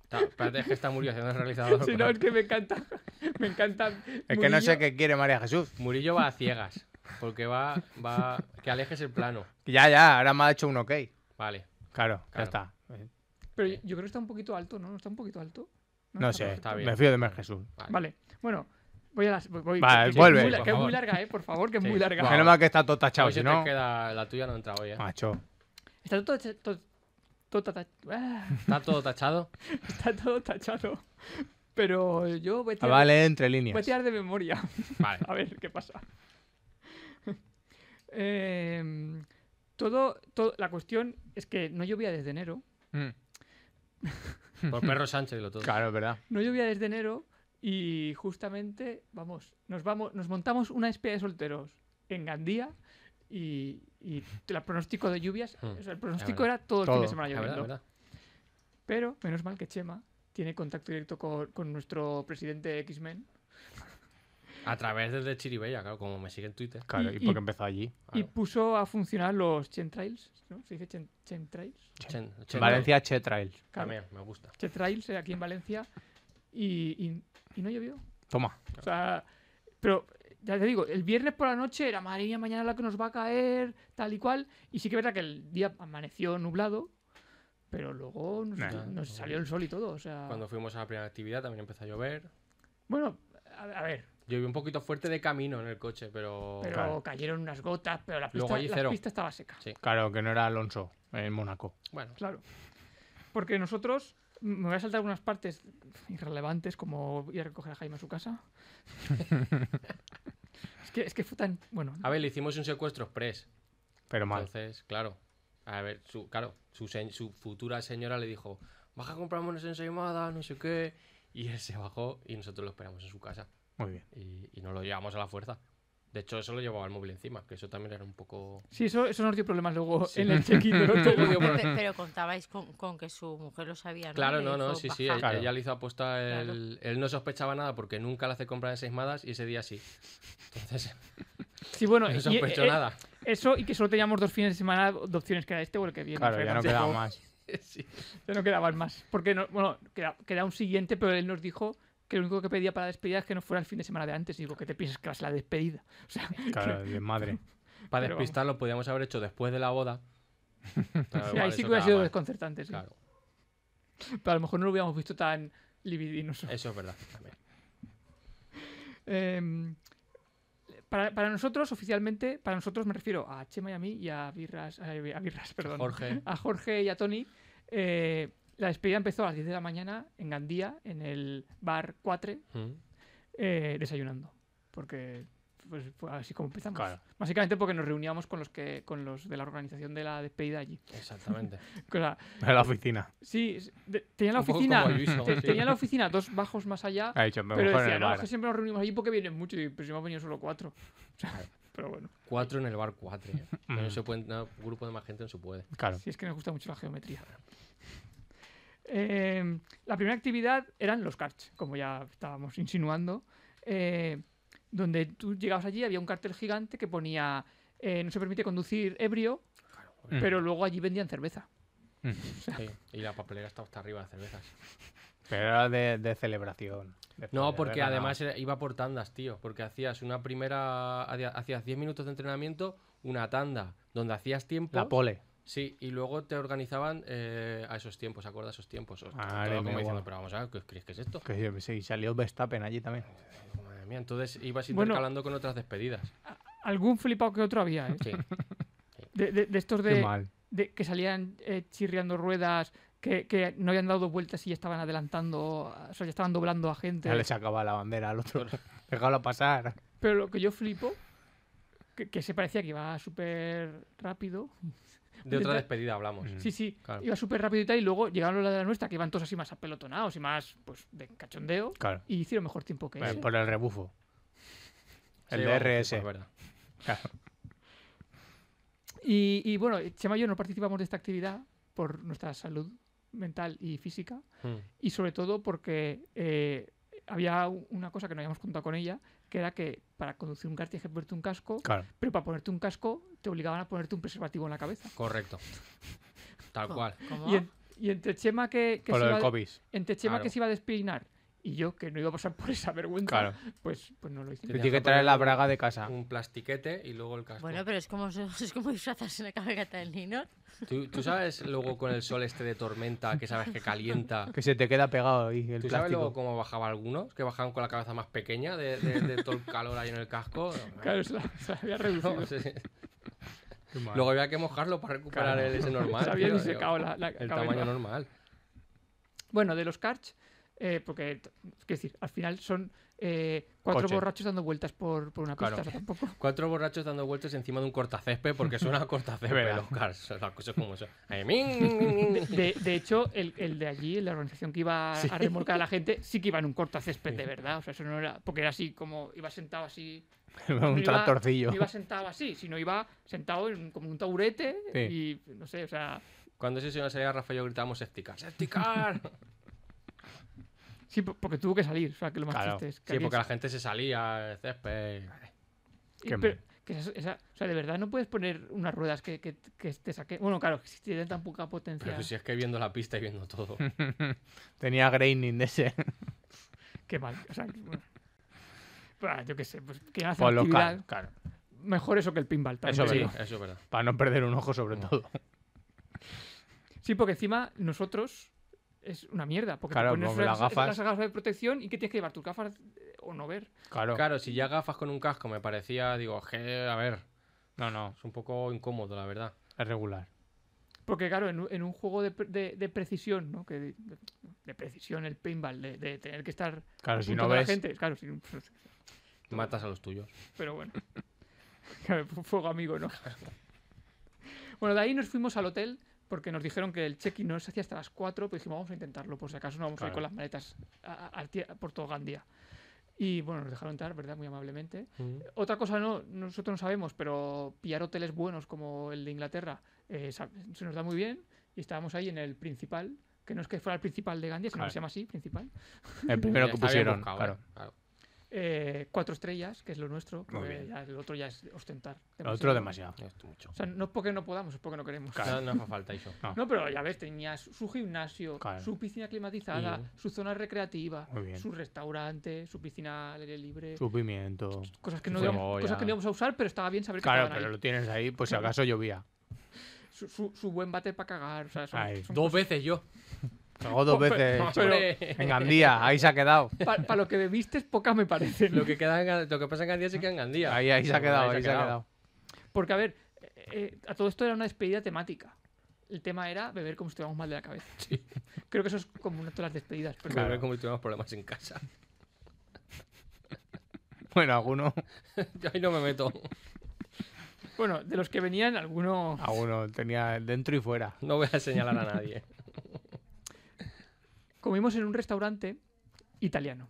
Speaker 3: Está- espérate, es que está Murillo haciendo el realizador.
Speaker 5: Si no, es que me encanta. Me encanta.
Speaker 2: Es que no sé
Speaker 5: Murillo.
Speaker 2: qué quiere María Jesús.
Speaker 3: Murillo va a ciegas. Porque va, va. Que alejes el plano.
Speaker 2: Ya, ya, ahora me ha hecho un ok.
Speaker 3: Vale.
Speaker 2: Claro, ya
Speaker 3: Claro.
Speaker 2: está.
Speaker 5: Pero yo yo creo que está un poquito alto, ¿no? ¿No Está un poquito alto.
Speaker 2: No
Speaker 5: Está-
Speaker 2: sé,
Speaker 3: está bien.
Speaker 2: me fío de María Jesús.
Speaker 5: Vale, bueno, voy a las. Voy,
Speaker 2: Vale,
Speaker 5: que- que es
Speaker 2: vuelve.
Speaker 5: muy la-
Speaker 3: Por
Speaker 5: que es muy
Speaker 3: favor.
Speaker 5: larga, ¿eh? Por favor, que es
Speaker 3: Sí.
Speaker 5: muy larga.
Speaker 3: Guau.
Speaker 2: Menos mal que está todo tachado,
Speaker 3: Hoy se
Speaker 2: si
Speaker 3: Pues te
Speaker 2: no...
Speaker 3: queda- la tuya no entra hoy, ¿eh?
Speaker 2: Macho.
Speaker 5: Está todo, tacha- to- todo tata- ah,
Speaker 3: Está todo tachado.
Speaker 5: está todo tachado. Pero yo voy a
Speaker 2: Ah,
Speaker 5: tirar,
Speaker 2: Vale, entre
Speaker 5: voy a
Speaker 2: líneas.
Speaker 5: tirar de memoria.
Speaker 3: Vale.
Speaker 5: A ver qué pasa. Em, todo, todo, la cuestión es que no llovía desde enero.
Speaker 2: Mm.
Speaker 3: Por perro Sánchez y lo todo.
Speaker 2: Claro, es verdad.
Speaker 5: No llovía desde enero. Y justamente, vamos, nos vamos, nos montamos una espía de solteros en Gandía y, y el pronóstico de lluvias,
Speaker 3: Hmm,
Speaker 5: o sea,
Speaker 3: la
Speaker 5: el pronóstico
Speaker 3: verdad.
Speaker 5: era todo el fin de
Speaker 2: Todo,
Speaker 5: semana
Speaker 3: La Ah, verdad,
Speaker 5: lloviendo.
Speaker 3: la verdad.
Speaker 5: Pero menos mal que Chema tiene contacto directo con, con nuestro presidente de X-Men
Speaker 3: A través del de Chiribella, claro, como me sigue en Twitter.
Speaker 2: Claro,
Speaker 5: Y-
Speaker 2: y,
Speaker 5: y-
Speaker 2: porque empezó allí.
Speaker 5: y
Speaker 3: Claro.
Speaker 5: puso a funcionar los Chentrails, ¿no? ¿Se dice chen- Chentrails?
Speaker 3: Chen- Chen-
Speaker 2: Valencia Chetrail.
Speaker 5: Claro.
Speaker 3: También, me gusta.
Speaker 5: Chetrails eh, aquí en Valencia y, y- y no llovió.
Speaker 2: Toma.
Speaker 5: O sea, pero eh, ya te digo, el viernes por la noche era madre mía, mañana la que nos va a caer, tal y cual. Y sí que es verdad que el día amaneció nublado, pero luego nos,
Speaker 2: Nah.
Speaker 5: nos salió el sol y todo. O sea,
Speaker 3: Cuando fuimos a la primera actividad también empezó a llover.
Speaker 5: bueno, a, a ver,
Speaker 3: Llovió un poquito fuerte de camino en el coche, pero.
Speaker 5: pero
Speaker 2: Claro.
Speaker 5: cayeron unas gotas, pero la
Speaker 3: Luego
Speaker 5: pista,
Speaker 3: allí
Speaker 5: la
Speaker 3: cero.
Speaker 5: pista estaba seca.
Speaker 2: Claro, que no era Alonso en Mónaco.
Speaker 3: Bueno,
Speaker 5: Claro. Porque nosotros, me voy a saltar algunas partes irrelevantes, como ir a recoger a Jaime a su casa. es, que, es que fue tan. Bueno,
Speaker 3: a ver, le hicimos un secuestro express.
Speaker 2: Pero mal.
Speaker 3: Entonces, claro. A ver, su, claro, su, se- su futura señora le dijo, baja a comprarme unas ensaimadas, no sé qué. Y él se bajó y nosotros lo esperamos en su casa.
Speaker 2: Muy bien.
Speaker 3: Y, y nos lo llevamos a la fuerza. De hecho, eso lo llevaba el móvil encima, que eso también era un poco...
Speaker 5: sí, eso, eso nos dio problemas luego
Speaker 3: Sí.
Speaker 5: en Oh, el check-in del hotel.
Speaker 3: Luego dio
Speaker 4: Pe-
Speaker 3: por-
Speaker 4: Pero, contabais con, con que su mujer lo sabía, ¿no?
Speaker 3: Claro,
Speaker 4: Le
Speaker 3: no, no,
Speaker 4: hizo
Speaker 3: sí, sí,
Speaker 4: bajar.
Speaker 3: ella,
Speaker 2: Claro.
Speaker 3: ella le hizo aposta
Speaker 4: Claro.
Speaker 3: el- Él no sospechaba nada porque nunca le hace comprar ensaimadas y ese día sí. Entonces,
Speaker 5: Sí, bueno,
Speaker 3: no
Speaker 5: y-
Speaker 3: sospechó
Speaker 5: eh,
Speaker 3: nada.
Speaker 5: eso y que solo teníamos dos fines de semana de opciones, que era este o el que viene.
Speaker 2: Claro, ya no
Speaker 5: Fernando.
Speaker 2: quedaba más.
Speaker 5: eh,
Speaker 3: Sí.
Speaker 5: Ya no quedaban más. Porque, no- bueno, queda, queda un siguiente, pero él nos dijo que lo único que pedía para la despedida es que no fuera el fin de semana de antes. Y digo, ¿qué te piensas que va a ser la despedida? O sea,
Speaker 2: Claro, de madre.
Speaker 3: Para
Speaker 5: Pero vamos.
Speaker 3: despistarlo podíamos haber hecho después de la boda. Claro,
Speaker 5: sí,
Speaker 3: igual eso
Speaker 5: ahí sí que hubiera
Speaker 3: quedaba
Speaker 5: sido
Speaker 3: mal.
Speaker 5: desconcertante. sí.
Speaker 3: Claro,
Speaker 5: Pero a lo mejor no lo hubiéramos visto tan libidinoso.
Speaker 3: eso es verdad. también.
Speaker 5: Em, para, para nosotros, oficialmente, para nosotros me refiero a Chema y a mí y a Birras, a, a Birras, perdón,
Speaker 3: Jorge,
Speaker 5: a Jorge y a Tony. eh, la despedida empezó a las 10 de la mañana en Gandía, en el bar 4,
Speaker 3: ¿Mm?
Speaker 5: desayunando. Porque pues, fue así como empezamos.
Speaker 2: Claro.
Speaker 5: Básicamente porque nos reuníamos con los, que, con los de la organización de la despedida allí.
Speaker 3: exactamente.
Speaker 5: O sea,
Speaker 2: A la oficina.
Speaker 5: sí, es- de- tenía la
Speaker 3: Un poco
Speaker 5: oficina,
Speaker 3: como Ayuso,
Speaker 5: te-
Speaker 3: sí.
Speaker 5: tenía la oficina dos bajos más allá
Speaker 2: Ha dicho,
Speaker 5: Pero
Speaker 2: mejor en
Speaker 5: decía,
Speaker 2: el
Speaker 5: no, es
Speaker 2: bar.
Speaker 5: que siempre nos reunimos allí porque vienen muchos. Y pues si hemos venido solo cuatro. O sea, pero bueno,
Speaker 3: Cuatro en el bar, cuatro. ¿eh? Que No
Speaker 2: Mm.
Speaker 3: se puede, no, un grupo de más gente no se puede.
Speaker 2: Claro.
Speaker 5: si es que nos gusta mucho la geometría. Eh, la primera actividad eran los carts, como ya estábamos insinuando. eh, donde tú llegabas allí, había un cartel gigante que ponía eh, no se permite conducir ebrio,
Speaker 2: Mm.
Speaker 5: pero luego allí vendían cerveza.
Speaker 3: Sí, Y la papelera está hasta arriba de cervezas.
Speaker 2: Pero era de, de celebración. Después
Speaker 3: No,
Speaker 2: de
Speaker 3: porque
Speaker 2: haber
Speaker 3: además era- iba por tandas, tío. Porque hacías una primera. hacia- Hacías 10 minutos de entrenamiento, una tanda, donde hacías tiempo.
Speaker 2: ganado. La pole.
Speaker 3: sí, y luego te organizaban eh, a esos tiempos, acuerdas esos tiempos. Hostia,
Speaker 2: Madre
Speaker 3: todo como
Speaker 2: mía,
Speaker 3: diciendo,
Speaker 2: guau.
Speaker 3: pero vamos a ver, ¿qué os creéis que es esto?
Speaker 2: Que yo- sí, salió Verstappen allí también.
Speaker 3: Madre mía, entonces ibas
Speaker 5: Bueno.
Speaker 3: intercalando con otras despedidas.
Speaker 5: Algún flipado que otro había, ¿eh?
Speaker 3: Sí.
Speaker 5: De, de- de estos
Speaker 2: Qué
Speaker 5: de,
Speaker 2: mal.
Speaker 5: de que salían eh, chirriando ruedas, que, que no habían dado vueltas y ya estaban adelantando, o sea, ya estaban doblando a gente.
Speaker 2: Ya le sacaba la bandera al otro. Déjalo pasar.
Speaker 5: Pero lo que yo flipo, que, que se parecía que iba súper rápido.
Speaker 3: De otra
Speaker 5: Desde-
Speaker 3: despedida hablamos.
Speaker 2: Mm.
Speaker 5: Sí, sí,
Speaker 3: Claro.
Speaker 5: iba súper rápido y tal, y luego llegaron los de la nuestra, que iban todos así más apelotonados y más, pues, de cachondeo,
Speaker 2: Claro.
Speaker 5: y hicieron mejor tiempo que
Speaker 2: Eh,
Speaker 5: ese.
Speaker 2: Por el rebufo. El
Speaker 3: Sí, vamos,
Speaker 2: DRS.
Speaker 3: es verdad.
Speaker 2: Claro.
Speaker 5: Y, y bueno, Chema y yo no participamos de esta actividad por nuestra salud mental y física,
Speaker 3: Mm.
Speaker 5: y sobre todo porque eh, había u- una cosa que no habíamos contado con ella, que era que para conducir un kart tienes que ponerte un casco,
Speaker 2: Claro.
Speaker 5: pero para ponerte un casco te obligaban a ponerte un preservativo en la cabeza.
Speaker 3: Correcto. Tal
Speaker 4: Co-
Speaker 3: cual.
Speaker 4: ¿Cómo?
Speaker 5: Y, en- y entre Chema que, que
Speaker 2: Por
Speaker 5: se
Speaker 2: lo del
Speaker 5: iba-
Speaker 2: COVID.
Speaker 5: entre Chema
Speaker 3: Claro.
Speaker 5: que se iba a despeinar y yo que no iba a pasar por esa vergüenza,
Speaker 2: Claro.
Speaker 5: pues, pues no lo hice.
Speaker 3: Sí.
Speaker 2: Tiene
Speaker 3: Tenías
Speaker 2: que
Speaker 3: que
Speaker 2: traer la
Speaker 3: poner
Speaker 2: braga de casa.
Speaker 3: Un plastiquete y luego el casco.
Speaker 4: Bueno, pero es como, es como disfrazarse en la cabalgata del Nino.
Speaker 3: ¿Tú, tú sabes luego con el sol este de tormenta que sabes que calienta.
Speaker 2: Que se te queda pegado ahí el
Speaker 3: ¿Tú sabes luego
Speaker 2: plástico.
Speaker 3: cómo bajaban algunos? Que bajaban con la cabeza más pequeña de, de- de todo el calor ahí en el casco.
Speaker 5: Claro, se la, se la había reducido.
Speaker 3: No, sí, sí.
Speaker 2: Qué mal.
Speaker 3: Luego había que mojarlo para recuperar
Speaker 2: Claro.
Speaker 3: el ese normal.
Speaker 5: se había
Speaker 3: tío,
Speaker 5: disecado
Speaker 3: digo,
Speaker 5: la, la
Speaker 3: El
Speaker 5: cabeza.
Speaker 3: tamaño normal.
Speaker 5: Bueno, de los karts, eh, porque, t- es decir, al final son eh, cuatro
Speaker 2: Coche.
Speaker 5: borrachos dando vueltas por, por una pista.
Speaker 3: Claro.
Speaker 5: o sea, tampoco.
Speaker 3: Cuatro borrachos dando vueltas encima de un cortacésped porque suena a cortacésped
Speaker 2: verdad.
Speaker 3: los cars. Las cosas como eso. Ahí, min, min, min, min.
Speaker 5: De, de hecho, el, el de allí, la organización que iba
Speaker 3: Sí.
Speaker 5: a remolcar a la gente, sí que iba en un cortacésped de verdad. O sea, eso no era. Porque era así como iba sentado así.
Speaker 2: un
Speaker 5: no iba-
Speaker 2: tractorcillo.
Speaker 5: No iba sentado así, sino iba sentado en, como un taburete y no sé, o sea.
Speaker 3: Cuando ese señor salía, Rafael y yo gritábamos safety car, safety car".
Speaker 5: Sí, po- porque tuvo que salir. O sea, que lo más
Speaker 2: Claro.
Speaker 5: triste es que.
Speaker 3: Sí,
Speaker 5: alguien-
Speaker 3: porque la gente se salía del césped.
Speaker 5: y-
Speaker 2: Qué
Speaker 5: pero-
Speaker 2: mal.
Speaker 5: que esa- esa- o sea, de verdad no puedes poner unas ruedas que, que, que te saquen. Bueno, claro, que si tienen tan poca potencia.
Speaker 3: Pero si es que viendo la pista y viendo todo.
Speaker 2: Mm, Tenía graining de ese.
Speaker 5: Qué mal. O sea, que, bueno. Bah, yo qué sé, pues que hace
Speaker 2: Por
Speaker 5: actividad.
Speaker 2: local, claro.
Speaker 5: Mejor eso que el pinball también.
Speaker 2: Eso
Speaker 5: te
Speaker 3: Sí,
Speaker 5: digo.
Speaker 2: verdad.
Speaker 3: eso es verdad.
Speaker 2: Para no perder un ojo,
Speaker 3: Mm.
Speaker 2: sobre todo.
Speaker 5: Sí, porque encima nosotros es una mierda. Porque te
Speaker 2: Claro,
Speaker 5: pones
Speaker 2: con las
Speaker 5: esas-
Speaker 2: gafas.
Speaker 5: esas gafas de protección y que tienes que llevar tus gafas eh, o no ver.
Speaker 2: Claro.
Speaker 3: Claro, si ya gafas con un casco me parecía, digo, "Je, a ver,
Speaker 2: No, no.
Speaker 3: es un poco incómodo, la verdad.
Speaker 2: Es regular.
Speaker 5: Porque claro, en, un- en un juego de, pre- de- de precisión, ¿no? Que de, de- de precisión el pinball, de, de tener que estar
Speaker 2: Claro, si no
Speaker 5: apuntando a la
Speaker 2: ves.
Speaker 5: gente, claro, si-
Speaker 3: Matas a los tuyos.
Speaker 5: pero bueno. Claro, fu- Fuego amigo, ¿no? Bueno, de ahí nos fuimos al hotel porque nos dijeron que el check-in no se hacía hasta las 4, pues dijimos, vamos a intentarlo, por si acaso no vamos a ir
Speaker 2: Claro.
Speaker 5: con las maletas a- a- al tie- por todo Gandía. Y bueno, nos dejaron entrar, ¿verdad? Muy amablemente. Otra cosa no, nosotros no sabemos, pero pillar hoteles buenos como el de Inglaterra eh, sa- se nos da muy bien. Y estábamos ahí en el principal, que no es que fuera el principal de Gandía, sino
Speaker 2: Claro.
Speaker 5: que se llama así, principal.
Speaker 2: El primero
Speaker 3: Ya
Speaker 2: que
Speaker 3: está bien
Speaker 2: pusieron.
Speaker 3: buscado,
Speaker 2: claro.
Speaker 3: ¿eh? Claro.
Speaker 5: Eh, cuatro estrellas, que es lo nuestro, porque
Speaker 2: bien.
Speaker 5: ya el otro ya es ostentar.
Speaker 2: El otro demasiado.
Speaker 3: No, esto mucho.
Speaker 5: O sea, no es porque no podamos, es porque no queremos.
Speaker 3: No, no hace falta eso.
Speaker 5: No, pero ya ves, tenía su, su gimnasio,
Speaker 2: Claro.
Speaker 5: su piscina climatizada, su zona recreativa,
Speaker 2: Muy bien.
Speaker 5: su restaurante, su piscina al aire libre.
Speaker 2: Su pimiento.
Speaker 5: Cosas que, no
Speaker 2: su
Speaker 5: íbamos, cosas
Speaker 2: cebolla.
Speaker 5: que no íbamos a usar, pero estaba bien saber que
Speaker 2: Claro,
Speaker 5: estaban ahí.
Speaker 2: pero lo tienes ahí, pues si acaso llovía.
Speaker 5: su, su- su buen bate para cagar. O sea, son-
Speaker 2: Ahí.
Speaker 5: son
Speaker 3: Dos veces yo.
Speaker 2: Cagó dos veces.
Speaker 3: Hombre.
Speaker 2: En Gandía, ahí se ha quedado.
Speaker 5: Para lo que bebiste, pocas me parecen.
Speaker 3: Lo que, queda en Gan- lo que pasa en Gandía se queda en Gandía.
Speaker 2: Ahí, ahí se ha quedado, ahí se ha quedado.
Speaker 5: Porque, a ver, eh, eh, a todo esto era una despedida temática. El tema era beber como si estuviéramos mal de la cabeza.
Speaker 3: Sí.
Speaker 5: Creo que eso es como una de las despedidas. Pero
Speaker 3: Claro.
Speaker 2: Claro.
Speaker 3: como si tuviéramos problemas en casa.
Speaker 2: Bueno, alguno,
Speaker 3: Yo ahí no me meto.
Speaker 5: bueno, de los que venían, alguno.
Speaker 2: alguno tenía dentro y fuera.
Speaker 3: No voy a señalar a nadie.
Speaker 5: Comimos en un restaurante italiano.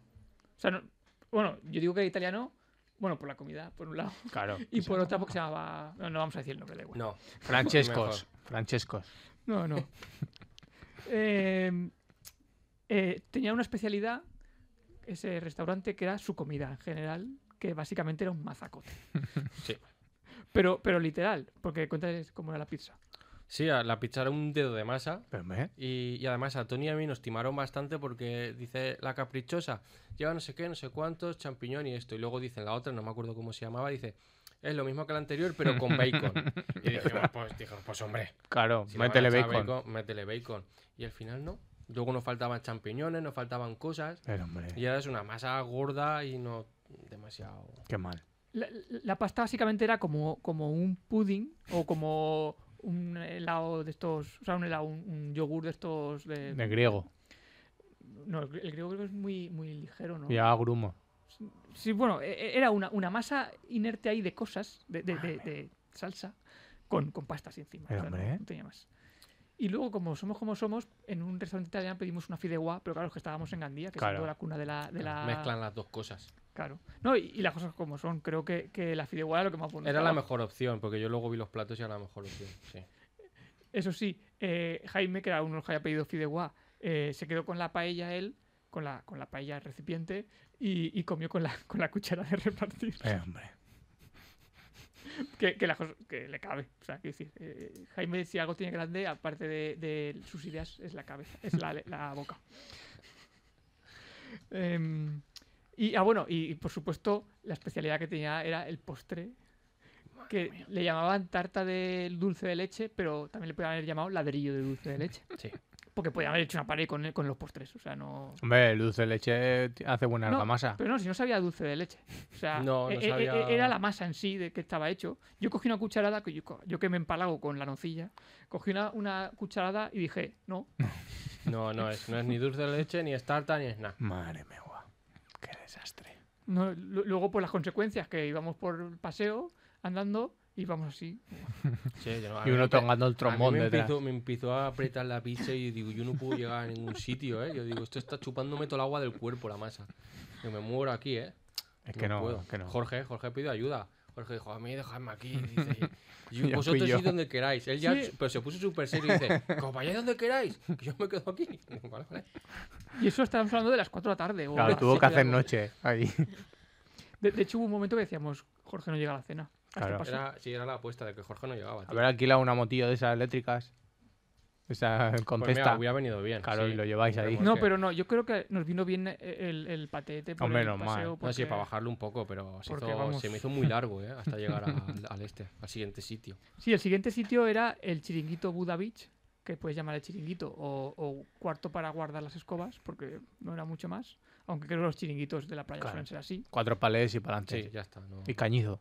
Speaker 5: O sea, no- bueno, yo digo que era italiano, bueno, por la comida, por un lado.
Speaker 2: Claro.
Speaker 5: Y
Speaker 3: Pues
Speaker 5: por otra, porque se llamaba. No, no vamos a decir el nombre, da igual.
Speaker 3: No.
Speaker 2: Francescos. Francescos.
Speaker 5: No, no. Eh, eh, tenía una especialidad ese restaurante que era su comida en general, que básicamente era un mazacote.
Speaker 3: Sí.
Speaker 5: Pero, pero literal, porque cuéntales cómo era la pizza.
Speaker 3: Sí, a la pizza era un dedo de masa.
Speaker 2: Pero, ¿eh?
Speaker 3: Y, y además a Tony y a mí nos timaron bastante porque dice la caprichosa, lleva no sé qué, no sé cuántos, champiñón y esto. Y luego dicen la otra, no me acuerdo cómo se llamaba, dice, es lo mismo que la anterior, pero con bacon. y dijimos, pues, dijimos, pues hombre,
Speaker 2: Claro,
Speaker 3: si le van a
Speaker 2: métele
Speaker 3: echar
Speaker 2: bacon.
Speaker 3: Métele bacon. Y al final no. Luego nos faltaban champiñones, nos faltaban cosas.
Speaker 2: Pero, hombre,
Speaker 3: Y ahora es una masa gorda y no demasiado.
Speaker 2: qué mal.
Speaker 5: La, la pasta básicamente era como, como un pudding o como un helado de estos, o sea, un helado, un, un yogur de estos de...
Speaker 2: De griego.
Speaker 5: No, el el griego creo que es muy, muy ligero, ¿no?
Speaker 2: Llevaba grumo.
Speaker 5: Sí, bueno, e- e- era una, una masa inerte ahí de cosas, de, de- de- de salsa, con, con pastas encima.
Speaker 2: Pero,
Speaker 5: no-
Speaker 2: hombre. ¿eh?
Speaker 5: no tenía más. Y luego, como somos como somos, en un restaurante italiano pedimos una fideuá, pero claro, es que estábamos en Gandía, que
Speaker 2: Claro.
Speaker 5: es toda la cuna de la... de la-
Speaker 3: Mezclan las dos cosas.
Speaker 5: Claro. No, y, y las cosas como son. Creo que, que la fideuá era lo que más bonito
Speaker 3: Era la mejor opción, porque yo luego vi los platos y era la mejor opción. Sí.
Speaker 5: Eso sí, eh, Jaime, que era uno de los que había pedido fideuá, eh, se quedó con la paella él, con la, con la paella recipiente, y, y comió con la, con la cuchara de repartir.
Speaker 3: Eh,
Speaker 2: Pero, hombre.
Speaker 5: que, que, la cosa- que le cabe. O sea, quiero decir, eh, Jaime, si algo tiene grande, aparte de, de sus ideas, es la cabeza, es la, la boca. Em, y, ah, bueno, y, y, por supuesto, la especialidad que tenía era el postre, que le llamaban tarta de dulce de leche, pero también le podían haber llamado ladrillo de dulce de leche,
Speaker 3: sí.
Speaker 5: porque podían haber hecho una pared con, el- con los postres. O sea, no.
Speaker 2: Hombre, el dulce de leche t- hace buena
Speaker 5: No,
Speaker 2: argamasa.
Speaker 5: Pero no, si no sabía dulce de leche. O sea,
Speaker 3: No, no
Speaker 5: e- e- e-
Speaker 3: sabía-
Speaker 5: era la masa en sí de que estaba hecho. Yo cogí una cucharada, que yo, co- yo que me empalago con la nocilla, cogí una, una cucharada y dije, no,
Speaker 3: No, no es, no es ni dulce de leche, ni es tarta, ni es nada.
Speaker 2: Madre mía, guau. Qué desastre.
Speaker 5: No, lu- luego, pues las consecuencias, que íbamos por el paseo, andando, y íbamos así.
Speaker 3: Sí, yo no- a
Speaker 2: Y
Speaker 3: mí
Speaker 2: uno
Speaker 3: me-
Speaker 2: tocando el
Speaker 3: a mí
Speaker 2: trombón
Speaker 3: me
Speaker 2: detrás.
Speaker 3: empezó, me empezó a apretar la pizza y digo, yo no puedo llegar a ningún sitio, ¿eh? Yo digo, esto está chupándome todo el agua del cuerpo, la masa. Yo me muero aquí, ¿eh?
Speaker 2: Es que no,
Speaker 3: puedo.
Speaker 2: es que no.
Speaker 3: Jorge, Jorge pidió ayuda. Jorge dijo, a mí dejadme aquí. Dice, "Y
Speaker 2: Ya
Speaker 3: vosotros
Speaker 2: fui yo".
Speaker 3: id donde queráis. Él ya,
Speaker 5: Sí.
Speaker 3: pero se puso súper serio y dice, que os vayáis donde queráis, que yo me quedo aquí. Digo, "Vale, vale".
Speaker 2: Ah,
Speaker 5: Y eso estábamos hablando de las 4 de la tarde. o
Speaker 2: Claro,
Speaker 5: las
Speaker 2: tuvo
Speaker 5: siete
Speaker 2: que
Speaker 5: de la
Speaker 2: hacer
Speaker 5: tarde.
Speaker 2: noche ahí.
Speaker 5: De, de hecho, hubo un momento que decíamos, Jorge no llega a la cena. A este
Speaker 2: Claro.
Speaker 5: paso.
Speaker 3: Era, sí, era la apuesta de que Jorge no llegaba. tío.
Speaker 2: Haber alquilado una motillo de esas eléctricas. Esa
Speaker 3: Pues mira,
Speaker 2: contesta.
Speaker 3: hubiera venido bien.
Speaker 2: Claro,
Speaker 3: sí.
Speaker 2: y lo lleváis ahí.
Speaker 3: Remolque.
Speaker 5: No, pero no, yo creo que nos vino bien eh, el, el patete por
Speaker 2: Hombre,
Speaker 5: el
Speaker 2: normal.
Speaker 5: paseo.
Speaker 3: No, sí,
Speaker 5: porque-
Speaker 3: para bajarlo un poco, pero se,
Speaker 5: porque
Speaker 3: hizo-
Speaker 5: vamos.
Speaker 3: se me hizo muy largo, ¿eh? Hasta llegar al, al este, al siguiente sitio.
Speaker 5: Sí, el siguiente sitio era el chiringuito Buda Beach, que puedes llamar el chiringuito, o, o cuarto para guardar las escobas, porque no era mucho más. Aunque creo que los chiringuitos de la playa
Speaker 2: Claro.
Speaker 5: suelen ser así.
Speaker 2: Cuatro palés y para
Speaker 3: Sí,
Speaker 2: adelante.
Speaker 3: ya está. no-
Speaker 2: Y cañizo.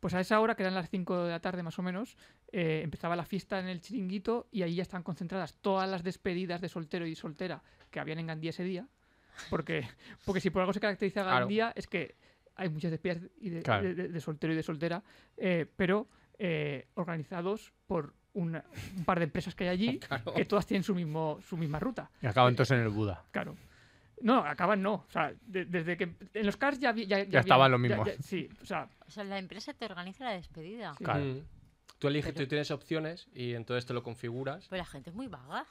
Speaker 5: Pues a esa hora, que eran las 5 de la tarde más o menos, eh, empezaba la fiesta en el chiringuito y ahí ya estaban concentradas todas las despedidas de soltero y soltera que habían en Gandía ese día. Porque, porque si por algo se caracteriza
Speaker 3: Claro.
Speaker 5: Gandía es que hay muchas despedidas y de,
Speaker 2: Claro.
Speaker 5: de- de- de soltero y de soltera, eh, pero eh, organizados por una- un par de empresas que hay allí,
Speaker 3: Claro.
Speaker 5: que todas tienen su, mismo, su misma ruta.
Speaker 2: Y acaba entonces en el Buda.
Speaker 5: Claro. No, acaban no. O sea, de- desde que. En los cars ya, vi- ya,
Speaker 2: Ya estaban
Speaker 5: habían-
Speaker 2: los
Speaker 5: ya-
Speaker 2: mismos.
Speaker 5: ya- sí, o sea,
Speaker 4: O sea, la empresa te organiza la despedida.
Speaker 5: Sí.
Speaker 2: Claro.
Speaker 3: Mm. Tú eliges,
Speaker 5: Pero-
Speaker 3: tú tienes opciones y entonces te lo configuras.
Speaker 4: Pero Pues la gente es muy vaga.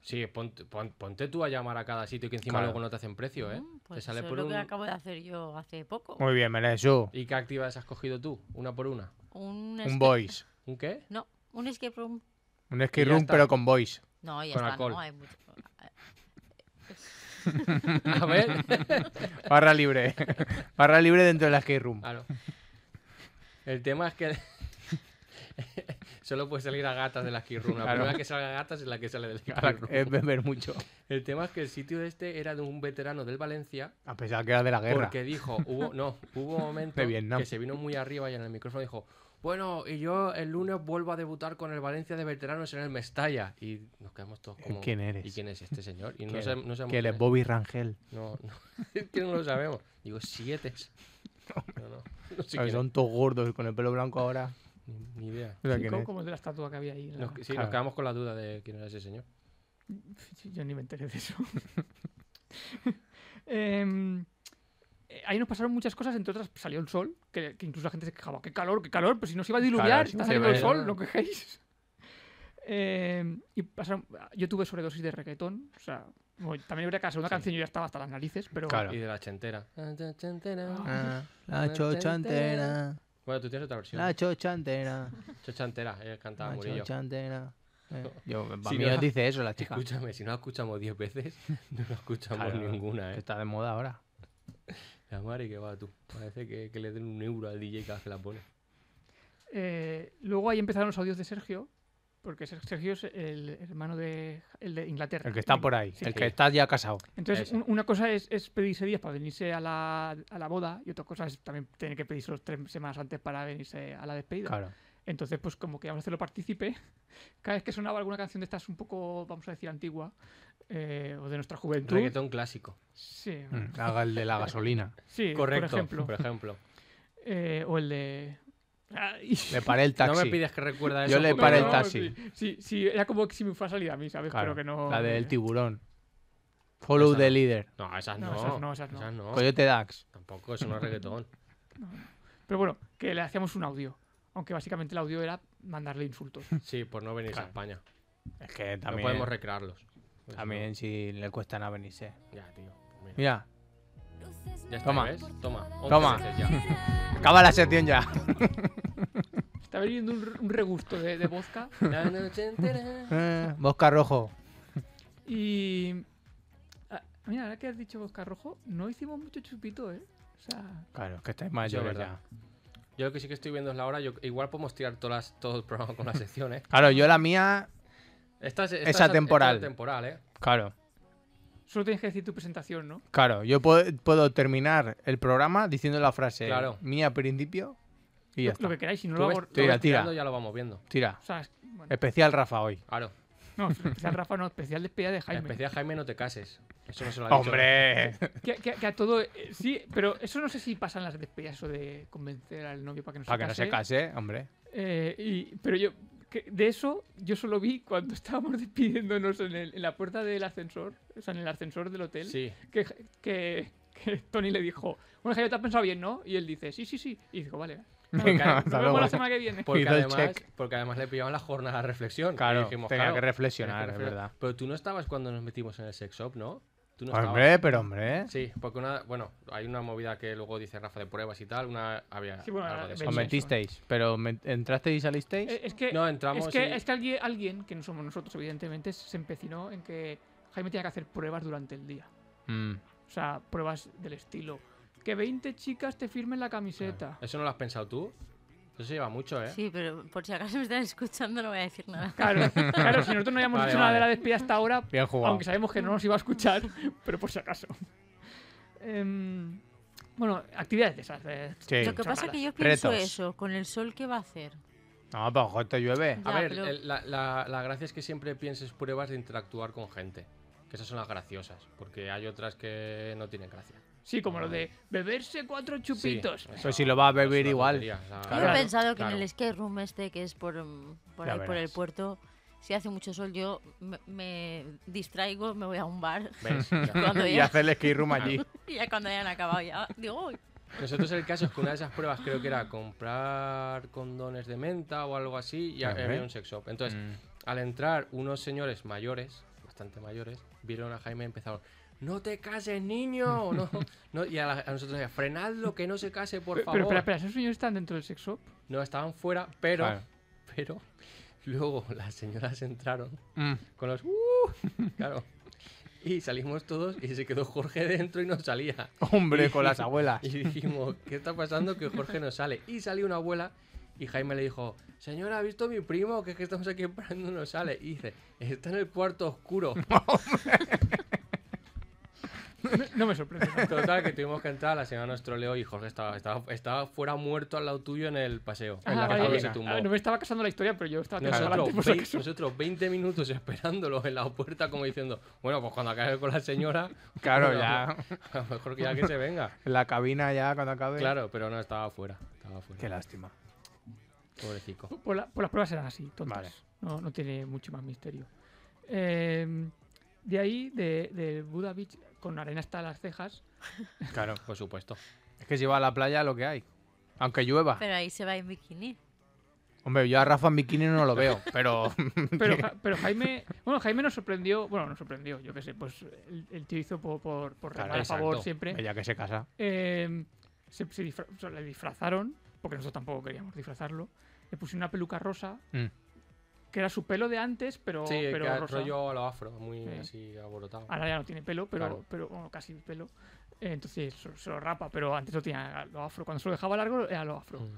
Speaker 3: Sí, ponte, pon- ponte tú a llamar a cada sitio que encima
Speaker 2: Claro.
Speaker 3: luego no te hacen precio, ¿eh?
Speaker 4: Mm,
Speaker 3: te
Speaker 4: Pues
Speaker 3: sale
Speaker 4: eso
Speaker 3: por
Speaker 4: es lo
Speaker 3: un...
Speaker 4: que acabo de hacer yo hace poco.
Speaker 2: Muy bien, Menesu.
Speaker 3: ¿Y qué activas has cogido tú? Una por una.
Speaker 4: Un,
Speaker 2: Un
Speaker 4: esca-
Speaker 2: voice.
Speaker 3: ¿Un qué?
Speaker 4: No, un escape room.
Speaker 2: Un skate
Speaker 3: ya
Speaker 2: room,
Speaker 3: está.
Speaker 2: pero con voice.
Speaker 4: No, ya
Speaker 3: Con
Speaker 4: está,
Speaker 3: alcohol. ¿Eh?
Speaker 4: no hay mucho.
Speaker 3: A ver.
Speaker 2: Barra libre. Barra libre dentro de la skate room.
Speaker 3: Claro. El tema es que solo puede salir a gatas de la esquirruna. La
Speaker 2: Claro.
Speaker 3: primera que salga a gatas es la que sale del
Speaker 2: Es
Speaker 3: esquirruna.
Speaker 2: beber mucho.
Speaker 3: El tema es que el sitio este era de un veterano del Valencia
Speaker 2: A pesar que era de la guerra.
Speaker 3: Porque dijo, hubo, no, hubo un momento
Speaker 2: De Vietnam.
Speaker 3: que se vino muy arriba y en el micrófono dijo, bueno, y yo el lunes vuelvo a debutar con el Valencia de veteranos en el Mestalla. Y nos quedamos todos como...
Speaker 2: ¿Quién eres?
Speaker 3: ¿Y quién es este señor? Y no,
Speaker 2: ¿Quién-
Speaker 3: sab- no sabemos...
Speaker 2: que él
Speaker 3: quién
Speaker 2: es
Speaker 3: es.
Speaker 2: Bobby Rangel.
Speaker 3: No, no, es que no lo sabemos. Digo, siete. No, no, no sé quién
Speaker 2: ¿Sabes? Son todos gordos con el pelo blanco ahora.
Speaker 3: es. Ni- Ni idea.
Speaker 2: No sé
Speaker 5: sí,
Speaker 2: quién
Speaker 5: como,
Speaker 2: es.
Speaker 5: como el de la estatua que había ahí. en la-
Speaker 3: Nos, sí,
Speaker 2: Claro.
Speaker 3: nos quedamos con la duda de quién era ese señor.
Speaker 5: Sí, Yo ni me enteré de eso. Em, eh, ahí nos pasaron muchas cosas, entre otras salió el sol, que, que incluso la gente se quejaba, qué calor, qué calor, pues si no se iba a diluviar,
Speaker 2: Claro, sí,
Speaker 5: está
Speaker 2: sí, eh.
Speaker 5: saliendo el
Speaker 2: vaya.
Speaker 5: sol, no quejéis. Em, y pasaron, yo tuve sobredosis de reggaetón, o sea, bueno, también habría que la segunda canción yo ya estaba hasta las narices, pero
Speaker 2: Claro.
Speaker 3: Y de la chentera.
Speaker 2: Ah,
Speaker 3: La
Speaker 2: la chocha entera.
Speaker 3: Bueno, tú tienes otra versión.
Speaker 2: La chocha entera.
Speaker 3: Chochantera, él cantaba
Speaker 2: La
Speaker 3: Murillo.
Speaker 2: chocha entera. Eh, Yo, para
Speaker 3: Si
Speaker 2: mí
Speaker 3: no-
Speaker 2: nos dice eso la chica.
Speaker 3: Escúchame, si no la escuchamos 10 veces, no la escuchamos
Speaker 2: Claro,
Speaker 3: ninguna,
Speaker 2: Que
Speaker 3: ¿eh?
Speaker 2: está de moda ahora.
Speaker 3: La madre que va tú. Parece que, que le den un euro al DJ cada vez que la pone.
Speaker 5: Eh, luego ahí empezaron los audios de Sergio, porque Ser- Sergio es el hermano de, el de Inglaterra.
Speaker 2: El que está por ahí.
Speaker 5: Sí.
Speaker 2: El que está ya casado.
Speaker 5: Entonces,
Speaker 3: Ese.
Speaker 5: un- una cosa es, es pedirse días para venirse a la, a la boda y otra cosa es también tener que pedirse los tres semanas antes para venirse a la despedida.
Speaker 2: Claro.
Speaker 5: Entonces, pues como queríamos hacerlo partícipe, cada vez que sonaba alguna canción de estas un poco, vamos a decir, antigua eh, o de nuestra juventud.
Speaker 3: Reggaetón clásico.
Speaker 5: Sí,
Speaker 2: Mm, Haga el de la gasolina.
Speaker 5: sí,
Speaker 3: Correcto,
Speaker 5: por ejemplo. Eh, o el de... Ay,
Speaker 2: Le paré el taxi.
Speaker 3: No me pides que recuerda eso.
Speaker 2: Yo le
Speaker 3: porque
Speaker 2: paré el
Speaker 3: no-
Speaker 2: taxi.
Speaker 5: Sí, sí, sí, era como que si me fuera a salir a mí, ¿sabes?
Speaker 2: Claro,
Speaker 5: Pero que no...
Speaker 2: La del
Speaker 5: eh,
Speaker 2: tiburón. Follow
Speaker 3: Esa
Speaker 2: the
Speaker 3: no.
Speaker 2: leader.
Speaker 3: No, esas no.
Speaker 5: No, esas no, esas no.
Speaker 2: Coyote Dax.
Speaker 3: Tampoco, eso no es reggaetón.
Speaker 5: Pero bueno, que le hacíamos un audio. Aunque básicamente el audio era mandarle insultos.
Speaker 3: Sí, por no venirse
Speaker 2: Claro.
Speaker 3: a España.
Speaker 2: Es que
Speaker 3: No
Speaker 2: también.
Speaker 3: podemos recrearlos. Pues
Speaker 2: también si le cuestan a venirse.
Speaker 3: no. Ya, tío. pues mira.
Speaker 2: Mira,
Speaker 3: Ya está,
Speaker 2: Toma.
Speaker 3: ¿ves? Toma. once
Speaker 2: Toma.
Speaker 3: veces ya.
Speaker 2: acaba la sección ya.
Speaker 5: Está viniendo un, un regusto de, de vodka.
Speaker 3: La noche entera.
Speaker 2: Eh, Bosca rojo.
Speaker 5: Y. ah, mira, ahora que has dicho Bosca Rojo, no hicimos mucho chupito, ¿eh? O sea.
Speaker 2: Claro, es que estáis
Speaker 3: Eso es
Speaker 2: mayores
Speaker 3: verdad.
Speaker 2: ya.
Speaker 3: Yo lo que sí que estoy viendo es la hora. Yo, igual podemos tirar todas las- todo el programa con las secciones.
Speaker 2: Claro, yo la mía.
Speaker 3: Esta es, esta
Speaker 2: Esa
Speaker 3: es-
Speaker 2: temporal.
Speaker 3: esta es temporal, ¿eh?
Speaker 2: Claro,
Speaker 5: Solo tienes que decir tu presentación, ¿no?
Speaker 2: claro. Yo puedo, puedo terminar el programa diciendo la frase
Speaker 3: Claro.
Speaker 2: mía al principio y ya
Speaker 5: lo, lo
Speaker 2: está.
Speaker 5: que queráis, si no
Speaker 3: Tú
Speaker 5: lo
Speaker 3: ves-
Speaker 5: hago.
Speaker 3: tú
Speaker 2: Tira,
Speaker 3: ves tirando
Speaker 2: tira.
Speaker 3: Ya lo vamos viendo.
Speaker 2: Tira.
Speaker 5: O sea, es- bueno,
Speaker 2: Especial Rafa hoy.
Speaker 3: Claro.
Speaker 5: No, especial Rafa, no, especial despedida de
Speaker 3: En
Speaker 5: Jaime.
Speaker 3: especial Jaime, no te cases. Eso no se lo ha dicho.
Speaker 2: ¡Hombre!
Speaker 5: Que, que- que a todo. eh, sí, pero eso no sé si pasa en las despedidas, eso de convencer al novio para que no se
Speaker 2: Para que no
Speaker 5: case.
Speaker 2: se case, hombre.
Speaker 5: Eh, y- pero yo. que de eso yo solo vi cuando estábamos despidiéndonos en, el- en la puerta del ascensor, o sea, en el ascensor del hotel,
Speaker 3: Sí.
Speaker 5: que, que, que Tony le dijo, bueno, Jaime, te has pensado bien, ¿no? Y él dice, sí, sí, sí. Y dijo, vale, vale.
Speaker 2: Venga,
Speaker 5: Nos
Speaker 2: hasta
Speaker 5: vemos la
Speaker 2: luego.
Speaker 5: semana que viene.
Speaker 3: Porque
Speaker 2: Y del
Speaker 3: además,
Speaker 2: check.
Speaker 3: porque además le pillaban la jornada de reflexión. y
Speaker 2: Claro,
Speaker 3: dijimos,
Speaker 2: tenía
Speaker 3: claro,
Speaker 2: que
Speaker 3: tenía
Speaker 2: reflexionar, es
Speaker 3: reflexionar.
Speaker 2: verdad.
Speaker 3: Pero tú no estabas cuando nos metimos en el sex shop, ¿no? Tú no estabas.
Speaker 2: Hombre, pero hombre.
Speaker 3: Sí, porque una, bueno, hay una movida que luego dice Rafa de pruebas y tal, una había
Speaker 5: Sí, bueno,
Speaker 3: algo de eso.
Speaker 5: venía.
Speaker 2: Os metisteis, pero me- ¿entrasteis y salisteis?
Speaker 5: Eh, Es que,
Speaker 3: No, entramos
Speaker 5: es que,
Speaker 3: y-
Speaker 5: es que alguien, alguien, que no somos nosotros, evidentemente, se empecinó en que Jaime tenía que hacer pruebas durante el día.
Speaker 2: Mm.
Speaker 5: O sea, pruebas del estilo. Que 20 chicas te firmen la camiseta.
Speaker 3: ¿Eso no lo has pensado tú? Eso se lleva mucho, ¿eh?
Speaker 4: Sí, pero por si acaso me están escuchando no voy a decir nada.
Speaker 5: Claro, claro, si nosotros no habíamos
Speaker 3: Vale,
Speaker 5: hecho nada de la
Speaker 3: vale.
Speaker 5: despedida hasta ahora,
Speaker 2: Bien jugado.
Speaker 5: aunque sabemos que no nos iba a escuchar, pero por si acaso. Em, bueno, actividades de esas. de-
Speaker 2: Sí.
Speaker 4: Lo que pasa es
Speaker 5: chorradas.
Speaker 4: que yo pienso
Speaker 2: Retos.
Speaker 4: eso, con el sol que va a hacer.
Speaker 2: No, pero ojo, te llueve.
Speaker 3: A
Speaker 4: Ya,
Speaker 3: ver,
Speaker 4: pero-
Speaker 3: el- la, la- la gracia es que siempre pienses pruebas de interactuar con gente. Que esas son las graciosas, porque hay otras que no tienen gracia.
Speaker 5: Sí, como lo de beberse cuatro chupitos.
Speaker 3: Sí,
Speaker 2: Pues si lo va a beber
Speaker 3: una
Speaker 2: igual.
Speaker 3: tontería, o sea,
Speaker 4: Yo
Speaker 2: Ah. Claro,
Speaker 4: he pensado que en
Speaker 3: claro.
Speaker 4: el skate room este que es por, mm, por
Speaker 2: Ya
Speaker 4: ahí por el
Speaker 2: verás.
Speaker 4: puerto, si hace mucho sol yo me, me distraigo, me voy a un bar
Speaker 3: ¿Ves? Ya.
Speaker 4: cuando
Speaker 2: y
Speaker 4: ya,
Speaker 2: hacer el skate room allí.
Speaker 4: y ya cuando hayan acabado ya digo, uy,
Speaker 3: Nosotros el caso es que una de esas pruebas creo que era comprar condones de menta o algo así y
Speaker 2: Ah,
Speaker 3: había
Speaker 2: ¿eh?
Speaker 3: un sex shop. Entonces, al entrar, unos señores mayores, bastante mayores, vieron a Jaime y empezaron, no te cases, niño. No, no", y a, la- a nosotros, frenadlo, que no se case, por
Speaker 5: Pero,
Speaker 3: favor.
Speaker 5: pero espera, espera, ¿esos señores están dentro del sex shop?
Speaker 3: No, estaban fuera, pero,
Speaker 2: Claro.
Speaker 3: pero luego las señoras entraron
Speaker 2: Mm.
Speaker 3: con los... "Uh", claro. Y salimos todos y se quedó Jorge dentro y no salía.
Speaker 2: Hombre, con las abuelas.
Speaker 3: Y dijimos, ¿qué está pasando? Que Jorge no sale. Y salió una abuela y Jaime le dijo, señora, ¿ha visto a mi primo? Que es que estamos aquí esperando y no sale. Y dice, está en el cuarto oscuro.
Speaker 5: No, no me sorprende. no.
Speaker 3: Total, que tuvimos que entrar, la señora nos troleó y Jorge estaba, estaba, estaba fuera muerto al lado tuyo en el paseo.
Speaker 5: Ajá,
Speaker 2: la
Speaker 5: vale,
Speaker 3: Jaime
Speaker 5: vale.
Speaker 3: se tumbó.
Speaker 5: Ah, no me estaba casando la historia, pero yo estaba tan
Speaker 3: Nosotros,
Speaker 5: adelante, por si
Speaker 3: vein-
Speaker 5: acaso.
Speaker 3: nosotros 20 minutos esperándolo en la puerta como diciendo, bueno, pues cuando acabe con la señora,
Speaker 2: Claro,
Speaker 3: bueno,
Speaker 2: ya.
Speaker 3: a lo mejor que ya que se venga.
Speaker 2: En la cabina ya cuando acabe.
Speaker 3: Claro, pero no, estaba fuera, estaba
Speaker 2: Qué
Speaker 3: fuera,
Speaker 2: lástima.
Speaker 3: pobrecico.
Speaker 5: Por, Pues la- por las pruebas eran así, tontas.
Speaker 2: Vale.
Speaker 5: No, no tiene mucho más misterio. Eh, de ahí, de, de Buda Beach, con arena hasta las cejas.
Speaker 2: Claro.
Speaker 3: Por supuesto.
Speaker 2: Es que si va a la playa lo que hay. Aunque llueva.
Speaker 4: pero ahí se va en bikini.
Speaker 2: Hombre, yo a Rafa en bikini no lo veo, pero
Speaker 5: Pero, Ja- pero Jaime, bueno, Jaime nos sorprendió, bueno, nos sorprendió, yo qué sé, pues el, el tío hizo por, por, por
Speaker 2: Claro,
Speaker 5: remar a
Speaker 3: exacto.
Speaker 5: favor siempre.
Speaker 2: ya que se casa.
Speaker 5: Eh, se, se disfra- o sea, le disfrazaron, porque nosotros tampoco queríamos disfrazarlo. Le pusieron una peluca rosa,
Speaker 2: Mm.
Speaker 5: que era su pelo de antes, pero,
Speaker 3: Sí,
Speaker 5: pero
Speaker 3: que
Speaker 5: rosa.
Speaker 3: rollo a lo afro, muy
Speaker 5: Sí.
Speaker 3: así aborotado.
Speaker 5: Ahora ya no tiene pelo, pero,
Speaker 3: Claro.
Speaker 5: pero bueno, casi pelo. Eh, Entonces se, se lo rapa, pero antes lo tenía a lo afro. Cuando se lo dejaba largo era lo afro.
Speaker 3: Mm.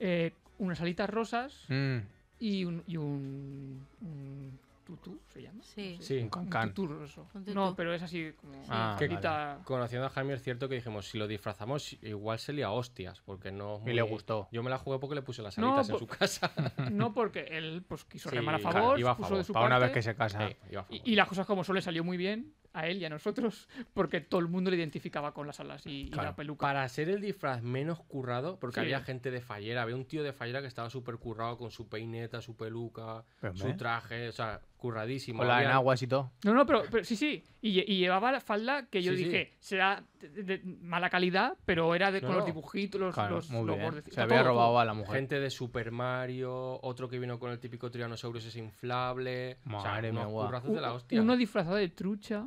Speaker 5: Eh, unas alitas rosas
Speaker 2: Mm,
Speaker 5: y un, y un, un tutú, ¿se llama?
Speaker 4: Sí.
Speaker 5: No sé,
Speaker 3: Sí,
Speaker 2: un
Speaker 5: Un
Speaker 2: cancán.
Speaker 5: tutú roso.
Speaker 4: Un tutú.
Speaker 5: No, pero es así como
Speaker 2: Ah,
Speaker 5: que
Speaker 2: vale.
Speaker 5: quita-
Speaker 3: conociendo a Jaime es cierto que dijimos, si lo disfrazamos, igual se lía hostias, porque no... es
Speaker 2: Y le
Speaker 3: muy-
Speaker 2: gustó.
Speaker 3: Yo me la jugué porque le puse las
Speaker 5: No,
Speaker 3: alitas en
Speaker 5: por-
Speaker 3: su casa.
Speaker 5: No porque él pues quiso
Speaker 3: Sí,
Speaker 5: remar a
Speaker 3: claro,
Speaker 5: favor,
Speaker 3: iba a
Speaker 5: puso
Speaker 3: favor.
Speaker 5: de su
Speaker 2: Para una vez
Speaker 5: parte,
Speaker 2: que se casa.
Speaker 3: Sí, iba a favor.
Speaker 5: Y, y las cosas como son le salió muy bien a él y a nosotros, porque todo el mundo le identificaba con las alas y, y la
Speaker 2: Claro.
Speaker 5: peluca.
Speaker 3: Para ser el disfraz menos currado, porque
Speaker 5: Sí.
Speaker 3: había gente de fallera, había un tío de fallera que estaba súper currado con su peineta, su peluca,
Speaker 2: Pero,
Speaker 3: su
Speaker 2: hombre.
Speaker 3: traje, o sea, curradísimo.
Speaker 2: ¿eh? Hola, en
Speaker 3: Había-
Speaker 2: aguas y todo.
Speaker 5: No, no, pero, pero sí, sí. Y, lle- y llevaba la falda que yo
Speaker 3: Sí, sí.
Speaker 5: dije, será de, de mala calidad, pero era de, con
Speaker 3: No,
Speaker 5: los
Speaker 3: no.
Speaker 5: dibujitos, los,
Speaker 2: Claro,
Speaker 5: los
Speaker 2: muy
Speaker 5: los
Speaker 2: bien.
Speaker 5: bordecitos,
Speaker 2: Se había
Speaker 5: todo,
Speaker 2: robado
Speaker 5: todo.
Speaker 2: a la mujer.
Speaker 3: Gente de Super Mario, otro que vino con el típico Tyrannosaurus es inflable. o sea,
Speaker 2: Madre
Speaker 3: unos
Speaker 2: mía, guau.
Speaker 3: currazos de la
Speaker 5: U-
Speaker 3: hostia.
Speaker 5: Uno disfrazado de trucha,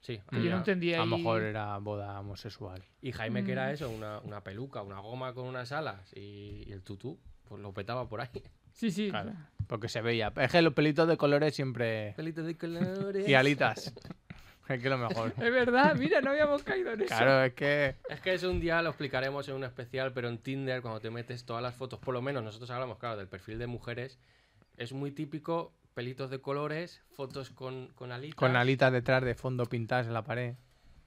Speaker 3: Sí,
Speaker 5: que yo
Speaker 3: había-
Speaker 5: no entendía
Speaker 2: A lo
Speaker 5: ahí.
Speaker 2: mejor era boda homosexual.
Speaker 3: Y Jaime, que era
Speaker 5: Mm.
Speaker 3: eso, una, una peluca, una goma con unas alas y, y el tutú, pues lo petaba por ahí.
Speaker 5: Sí, sí.
Speaker 2: Claro.
Speaker 5: o sea,
Speaker 2: Porque se veía. Es que los pelitos de colores siempre.
Speaker 3: Pelitos de colores.
Speaker 2: Y alitas. es que lo mejor.
Speaker 5: Es verdad, mira, no habíamos caído en eso.
Speaker 2: Claro, es que.
Speaker 3: Es que eso un día lo explicaremos en un especial, pero en Tinder, cuando te metes todas las fotos, por lo menos nosotros hablamos, claro, del perfil de mujeres, es muy típico pelitos de colores, fotos con, con alitas.
Speaker 2: Con alitas detrás de fondo pintadas en la pared.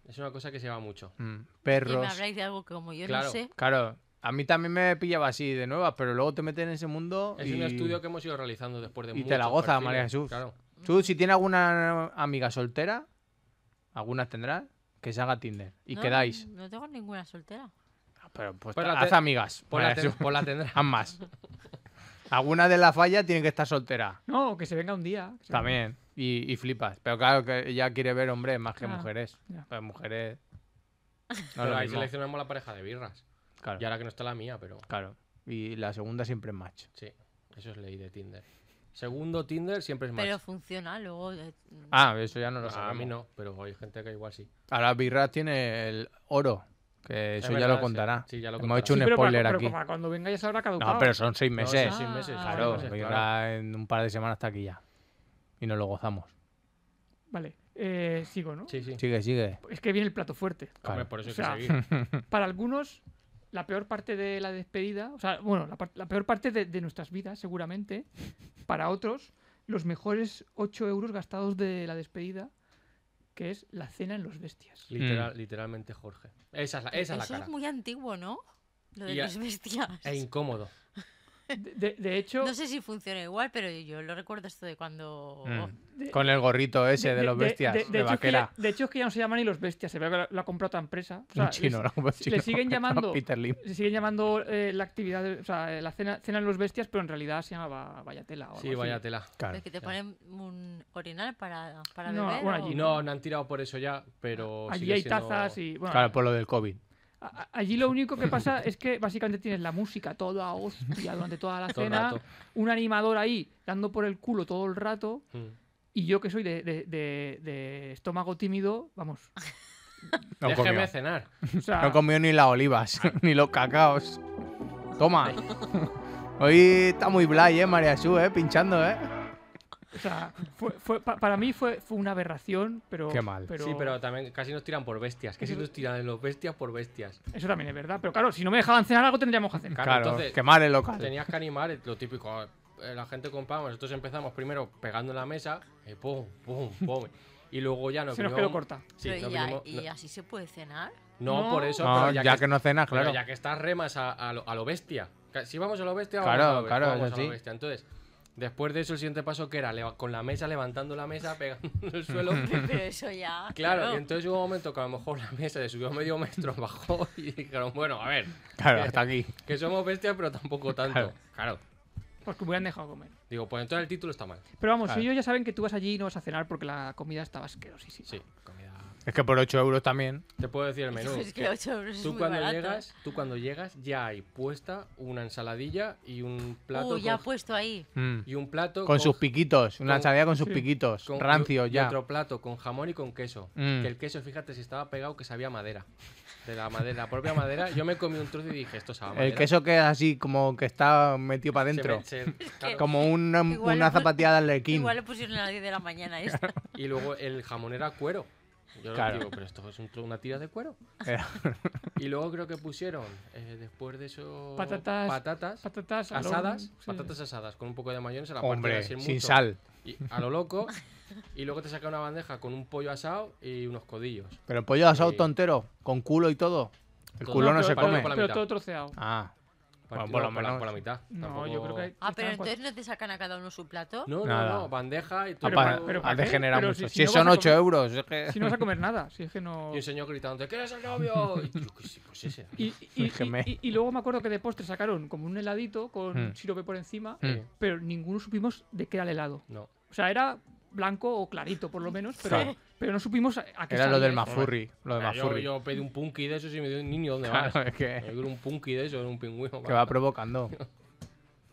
Speaker 3: Es una cosa que se va mucho.
Speaker 2: Mm,
Speaker 4: Y me
Speaker 2: Perros.
Speaker 4: habláis de algo que como yo
Speaker 3: Claro.
Speaker 4: no sé,
Speaker 2: Claro, a mí también me pillaba así de nuevas, pero luego te meten en ese mundo
Speaker 3: Es
Speaker 2: y...
Speaker 3: un estudio que hemos ido realizando después de
Speaker 2: y te la
Speaker 3: muchos
Speaker 2: goza,
Speaker 3: perfiles,
Speaker 2: María Jesús.
Speaker 3: Claro.
Speaker 2: Tú, si tienes alguna amiga soltera, algunas tendrás, que se haga Tinder y
Speaker 4: No,
Speaker 2: quedáis.
Speaker 4: No tengo ninguna soltera.
Speaker 2: Pero pues
Speaker 3: Pues la
Speaker 2: haz
Speaker 3: te-
Speaker 2: amigas.
Speaker 3: Por la,
Speaker 2: Vale,
Speaker 3: ten-
Speaker 2: eso.
Speaker 3: por la tendrá.
Speaker 2: Haz más. Alguna de las fallas tiene que estar soltera.
Speaker 5: No, que se venga un día. que se venga.
Speaker 2: También. Y, y flipas. Pero claro que ella quiere ver hombres más que
Speaker 5: Claro,
Speaker 2: mujeres.
Speaker 5: ya.
Speaker 2: Pero mujeres. No es
Speaker 3: Pero
Speaker 2: lo
Speaker 3: ahí
Speaker 2: mismo.
Speaker 3: seleccionamos la pareja de birras.
Speaker 2: Claro,
Speaker 3: Y ahora que no está la mía, pero
Speaker 2: claro. Y la segunda siempre es match.
Speaker 3: sí, eso es ley de Tinder. Segundo Tinder siempre es más.
Speaker 4: Pero funciona, luego. eh,
Speaker 2: Ah, eso ya no lo
Speaker 3: a
Speaker 2: sabemos.
Speaker 3: mí no, pero hay gente que igual sí.
Speaker 2: Ahora Birra tiene el oro. Que
Speaker 3: Es
Speaker 2: eso ya
Speaker 3: verdad,
Speaker 2: lo
Speaker 3: sí.
Speaker 2: contará.
Speaker 3: Sí, ya lo
Speaker 2: Hemos
Speaker 3: contará.
Speaker 2: hecho un
Speaker 5: Sí, pero para-
Speaker 2: spoiler
Speaker 5: pero
Speaker 2: aquí.
Speaker 5: para cuando venga ya se habrá caducado.
Speaker 2: No, pero son seis
Speaker 3: No,
Speaker 2: meses.
Speaker 3: son seis meses,
Speaker 4: Ah,
Speaker 3: son
Speaker 2: Claro,
Speaker 3: seis meses,
Speaker 2: Birra
Speaker 3: claro.
Speaker 2: en un par de semanas está aquí ya. Y nos lo gozamos.
Speaker 5: Vale, eh, sigo, ¿no?
Speaker 3: Sí, sí.
Speaker 2: Sigue, sigue.
Speaker 5: Es que viene el plato fuerte.
Speaker 3: Hombre,
Speaker 2: Claro.
Speaker 3: por eso hay
Speaker 5: O sea,
Speaker 3: que
Speaker 2: mm.
Speaker 3: seguir.
Speaker 5: Para algunos, la peor parte de la despedida, o sea, bueno, la, par- la peor parte de, de nuestras vidas, seguramente. Para otros, los mejores 8 euros gastados de la despedida, que es la cena en los bestias.
Speaker 3: Literal- Literalmente Jorge. Esa es la, esa es la
Speaker 4: eso
Speaker 3: cara.
Speaker 4: es muy antiguo, ¿no? Lo de
Speaker 3: Y a-
Speaker 4: las bestias.
Speaker 3: E incómodo.
Speaker 5: De, de- de hecho,
Speaker 4: No sé si funciona igual, pero yo lo recuerdo esto de
Speaker 3: Oh.
Speaker 4: cuando.
Speaker 2: Mm.
Speaker 5: de-
Speaker 2: Con el gorrito ese de, los bestias, de,
Speaker 5: de hecho es que
Speaker 2: vaquera.
Speaker 5: ya- de hecho es que ya no se llaman ni los bestias, se ve que lo- lo ha comprado otra empresa. O sea,
Speaker 2: Un chino,
Speaker 5: les-
Speaker 2: ¿no? Un chino.
Speaker 5: siguen llamando-
Speaker 2: Peter Lim.
Speaker 5: se siguen llamando eh, la actividad, de- o sea, eh, la cena, cena en los bestias, pero en realidad se llamaba Vallatela. o algo
Speaker 3: Sí,
Speaker 5: así.
Speaker 3: vaya tela.
Speaker 2: Claro.
Speaker 4: de que te ponen un orinal para, para
Speaker 5: No,
Speaker 4: beber.
Speaker 5: bueno,
Speaker 4: o-
Speaker 5: allí
Speaker 3: Y no, no han tirado por eso ya, pero.
Speaker 5: Allí
Speaker 3: sigue
Speaker 5: hay
Speaker 3: siendo-
Speaker 5: tazas y. Bueno,
Speaker 2: Claro, por lo del COVID.
Speaker 5: a- a- allí lo único que pasa es que básicamente tienes la música toda hostia durante toda la
Speaker 3: Todo el
Speaker 5: cena,
Speaker 3: rato.
Speaker 5: un animador ahí dando por el culo todo el rato,
Speaker 3: Mm.
Speaker 5: y yo que soy de, de- de- de estómago tímido, vamos.
Speaker 2: No
Speaker 3: Déjeme
Speaker 2: comió.
Speaker 3: cenar.
Speaker 5: O sea,
Speaker 2: No comió ni las olivas, ni los cacaos. Toma. Hoy está muy blay, eh, María Su, eh, pinchando, eh.
Speaker 5: o sea, fue- fue- pa- para mí fue, fue una aberración, pero.
Speaker 2: Qué mal.
Speaker 3: Sí, pero también casi nos tiran por bestias. Casi
Speaker 5: Eso-
Speaker 3: nos tiran en los bestias por bestias.
Speaker 5: Eso también es verdad. Pero claro, si no me dejaban cenar algo tendríamos que hacer.
Speaker 3: Claro,
Speaker 2: Claro,
Speaker 3: entonces-
Speaker 2: quemar el local.
Speaker 3: Tenías que animar eh, lo típico. eh, La gente compraba, nosotros empezamos primero pegando en la mesa, eh, pum, pum, pum. Y luego ya nos
Speaker 5: Se nos
Speaker 3: vinimos-
Speaker 5: quedó corta.
Speaker 3: Sí,
Speaker 4: Pero
Speaker 3: nos
Speaker 4: y, a-
Speaker 3: vinimos-
Speaker 4: y
Speaker 3: no-
Speaker 4: así se puede cenar.
Speaker 3: no,
Speaker 5: No.
Speaker 3: por eso,
Speaker 2: No,
Speaker 3: pero
Speaker 2: ya,
Speaker 3: ya,
Speaker 2: que, no cenas,
Speaker 3: pero
Speaker 2: claro.
Speaker 3: ya que estás remas a, a lo, a lo bestia. Ca- Si vamos a lo bestia,
Speaker 2: Claro,
Speaker 3: vamos a lo,
Speaker 2: claro,
Speaker 3: vamos
Speaker 2: eso
Speaker 3: a lo
Speaker 2: sí.
Speaker 3: bestia. Entonces, después de eso, el siguiente paso que era Leva- con la mesa, levantando la mesa, pegando en el suelo.
Speaker 4: Pero eso ya.
Speaker 3: Claro, y entonces hubo un momento que a lo mejor la mesa le subió medio metro, bajó y dijeron, bueno, a ver,
Speaker 2: Claro, hasta aquí.
Speaker 3: que somos bestias, pero tampoco tanto.
Speaker 2: Claro.
Speaker 3: Claro.
Speaker 5: Porque me hubieran dejado comer.
Speaker 3: Digo, pues entonces el título está mal.
Speaker 5: Pero vamos,
Speaker 2: Claro.
Speaker 5: ellos ya saben que tú vas allí y no vas a cenar porque la comida estaba asquerosísima.
Speaker 3: Sí, comida.
Speaker 2: Es que por 8 euros también.
Speaker 3: Te puedo decir el menú.
Speaker 4: Es que
Speaker 3: que
Speaker 4: ocho euros es
Speaker 3: tú,
Speaker 4: muy
Speaker 3: cuando
Speaker 4: barato, ¿eh?
Speaker 3: llegas, tú cuando llegas ya hay puesta una ensaladilla y un plato,
Speaker 4: Uh, ya
Speaker 3: con,
Speaker 4: puesto ahí.
Speaker 2: Mm.
Speaker 3: y un plato
Speaker 2: Con sus piquitos. Una
Speaker 3: con-
Speaker 2: ensalada con sus
Speaker 5: sí.
Speaker 2: piquitos.
Speaker 3: con-
Speaker 2: Rancio
Speaker 3: y
Speaker 2: ya.
Speaker 3: otro plato con jamón y con queso.
Speaker 2: Mm.
Speaker 3: Que el queso, fíjate, si estaba pegado que sabía a madera. De la madera, la propia madera. Yo me comí un trozo y dije, esto sabe a madera.
Speaker 2: El queso que es así, como que está metido para
Speaker 3: Se me-
Speaker 2: adentro.
Speaker 3: se- claro.
Speaker 2: Como una,
Speaker 4: Igual
Speaker 2: una
Speaker 4: le pon-
Speaker 2: zapatilla de arlequín.
Speaker 4: Igual le pusieron a las 10 de la mañana ¿eh? esto.
Speaker 3: Y luego el jamón era cuero. Yo
Speaker 2: Claro.
Speaker 3: digo, pero esto es un tro- una tira de cuero.
Speaker 2: Era-
Speaker 3: Y luego creo que pusieron, eh, después de eso,
Speaker 5: Patatas-
Speaker 3: patatas
Speaker 5: Patatas al horno,
Speaker 3: asadas,
Speaker 5: sí.
Speaker 3: patatas asadas con un poco de mayonesa, la
Speaker 2: Hombre,
Speaker 3: partida sin,
Speaker 2: sin,
Speaker 3: mucho,
Speaker 2: sal.
Speaker 3: Y a lo loco. Y luego te saca una bandeja con un pollo asado y unos codillos.
Speaker 2: Pero el pollo asado
Speaker 3: Sí.
Speaker 2: tontero, con culo y todo. El
Speaker 3: Todo.
Speaker 2: culo no,
Speaker 5: pero-
Speaker 2: se
Speaker 5: pero-
Speaker 2: come.
Speaker 3: por la
Speaker 5: Pero
Speaker 3: mitad.
Speaker 5: todo troceado.
Speaker 2: Ah, Bueno,
Speaker 3: Partido
Speaker 2: por lo
Speaker 3: la-
Speaker 2: menos.
Speaker 3: por la mitad.
Speaker 5: No,
Speaker 3: Tampoco-
Speaker 5: yo creo que.
Speaker 4: Ah, pero
Speaker 5: están cuatro-
Speaker 4: entonces no te sacan a cada uno su plato.
Speaker 3: No, no,
Speaker 2: Nada.
Speaker 3: no, bandeja y todo.
Speaker 5: Pero
Speaker 2: ha
Speaker 5: para-
Speaker 2: pa-
Speaker 5: pero
Speaker 2: ha
Speaker 5: para qué,
Speaker 2: degenerado
Speaker 5: pero
Speaker 2: mucho.
Speaker 5: si-
Speaker 2: Si,
Speaker 5: si no
Speaker 2: son
Speaker 5: vas a
Speaker 2: 8
Speaker 5: comer-
Speaker 2: euros, es que-
Speaker 5: Si no vas a comer nada, si es que no.
Speaker 3: Y un señor gritándote, ¿qué es el novio? Y yo, que sí, pues ese.
Speaker 5: Y, y-
Speaker 2: Es que
Speaker 5: y-
Speaker 2: me-
Speaker 5: y- y luego me acuerdo que de postre sacaron como un heladito con
Speaker 2: Mm.
Speaker 5: sirope por encima,
Speaker 2: Mm.
Speaker 5: pero ninguno supimos de qué era el helado.
Speaker 3: No.
Speaker 5: O sea, era blanco o clarito por lo menos, pero,
Speaker 2: Claro.
Speaker 5: pero no supimos a, a qué
Speaker 2: era lo
Speaker 5: sabía
Speaker 2: del
Speaker 5: eso.
Speaker 2: mafurri. Lo de
Speaker 3: Ah, Yo,
Speaker 2: mafurri.
Speaker 3: yo pedí un punky de esos y me dio un niño, ¿dónde
Speaker 2: Claro,
Speaker 3: vas?
Speaker 2: es que,
Speaker 3: Yo quiero un punky de esos, un pingüino.
Speaker 2: que va provocando.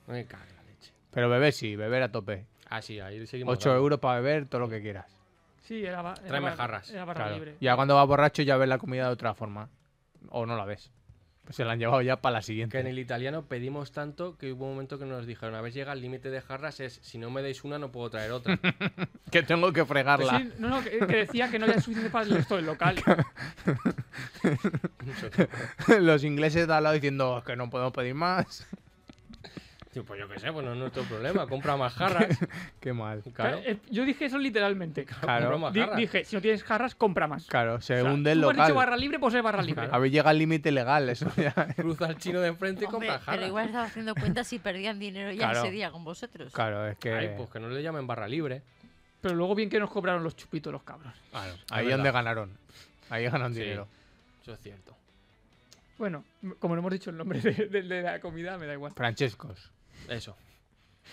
Speaker 3: No me cague la leche.
Speaker 2: Pero beber sí, beber a tope.
Speaker 3: Ah, sí, ahí seguimos.
Speaker 2: 8
Speaker 3: dando.
Speaker 2: euros para beber, todo lo que quieras.
Speaker 5: Sí, era, ba- era
Speaker 3: Tráeme
Speaker 5: barra-
Speaker 3: jarras.
Speaker 5: Era barra
Speaker 2: Claro.
Speaker 5: libre.
Speaker 2: Ya cuando vas borracho ya ves la comida de otra forma. O no la ves. Pues se la han llevado ya para la siguiente.
Speaker 3: Que en el italiano pedimos tanto que hubo un momento que nos dijeron, a ver, llega el límite de jarras, es si no me dais una no puedo traer otra.
Speaker 2: Que tengo que
Speaker 5: Pues
Speaker 2: fregarla.
Speaker 5: sí, no, no, que, que decía que no había suficiente para el resto del local.
Speaker 3: Nosotros,
Speaker 5: Pues
Speaker 2: Los ingleses de al lado diciendo "Es que no podemos pedir más.
Speaker 3: tío, pues yo qué sé, pues no es nuestro problema, compra más jarras.
Speaker 2: Qué mal.
Speaker 3: Claro,
Speaker 5: Eh, Yo dije eso literalmente.
Speaker 2: Claro.
Speaker 3: compra más
Speaker 5: Di-
Speaker 3: jarras.
Speaker 5: dije, si no tienes jarras, compra más.
Speaker 2: Claro, se
Speaker 5: O sea,
Speaker 2: hunde el
Speaker 5: tú me has dicho
Speaker 2: local.
Speaker 5: barra libre, pues es barra libre.
Speaker 3: Claro.
Speaker 2: Habéis llegado al límite legal, eso ya.
Speaker 3: Cruza al chino de enfrente y
Speaker 4: Hombre,
Speaker 3: compra
Speaker 4: pero
Speaker 3: jarras.
Speaker 4: igual estaba haciendo cuentas si perdían dinero ya
Speaker 2: Claro.
Speaker 4: ese día con vosotros.
Speaker 2: Claro, es que.
Speaker 3: Ay, pues que no le llamen barra libre.
Speaker 5: Pero luego bien que nos cobraron los chupitos los cabros.
Speaker 3: Ah, no, es
Speaker 2: Ahí
Speaker 3: verdad.
Speaker 2: donde ganaron. Ahí ganaron
Speaker 3: Sí,
Speaker 2: dinero.
Speaker 3: Eso es cierto.
Speaker 5: Bueno, m- como no hemos dicho el nombre de, de- de la comida, me da igual.
Speaker 2: Francescos.
Speaker 3: Eso.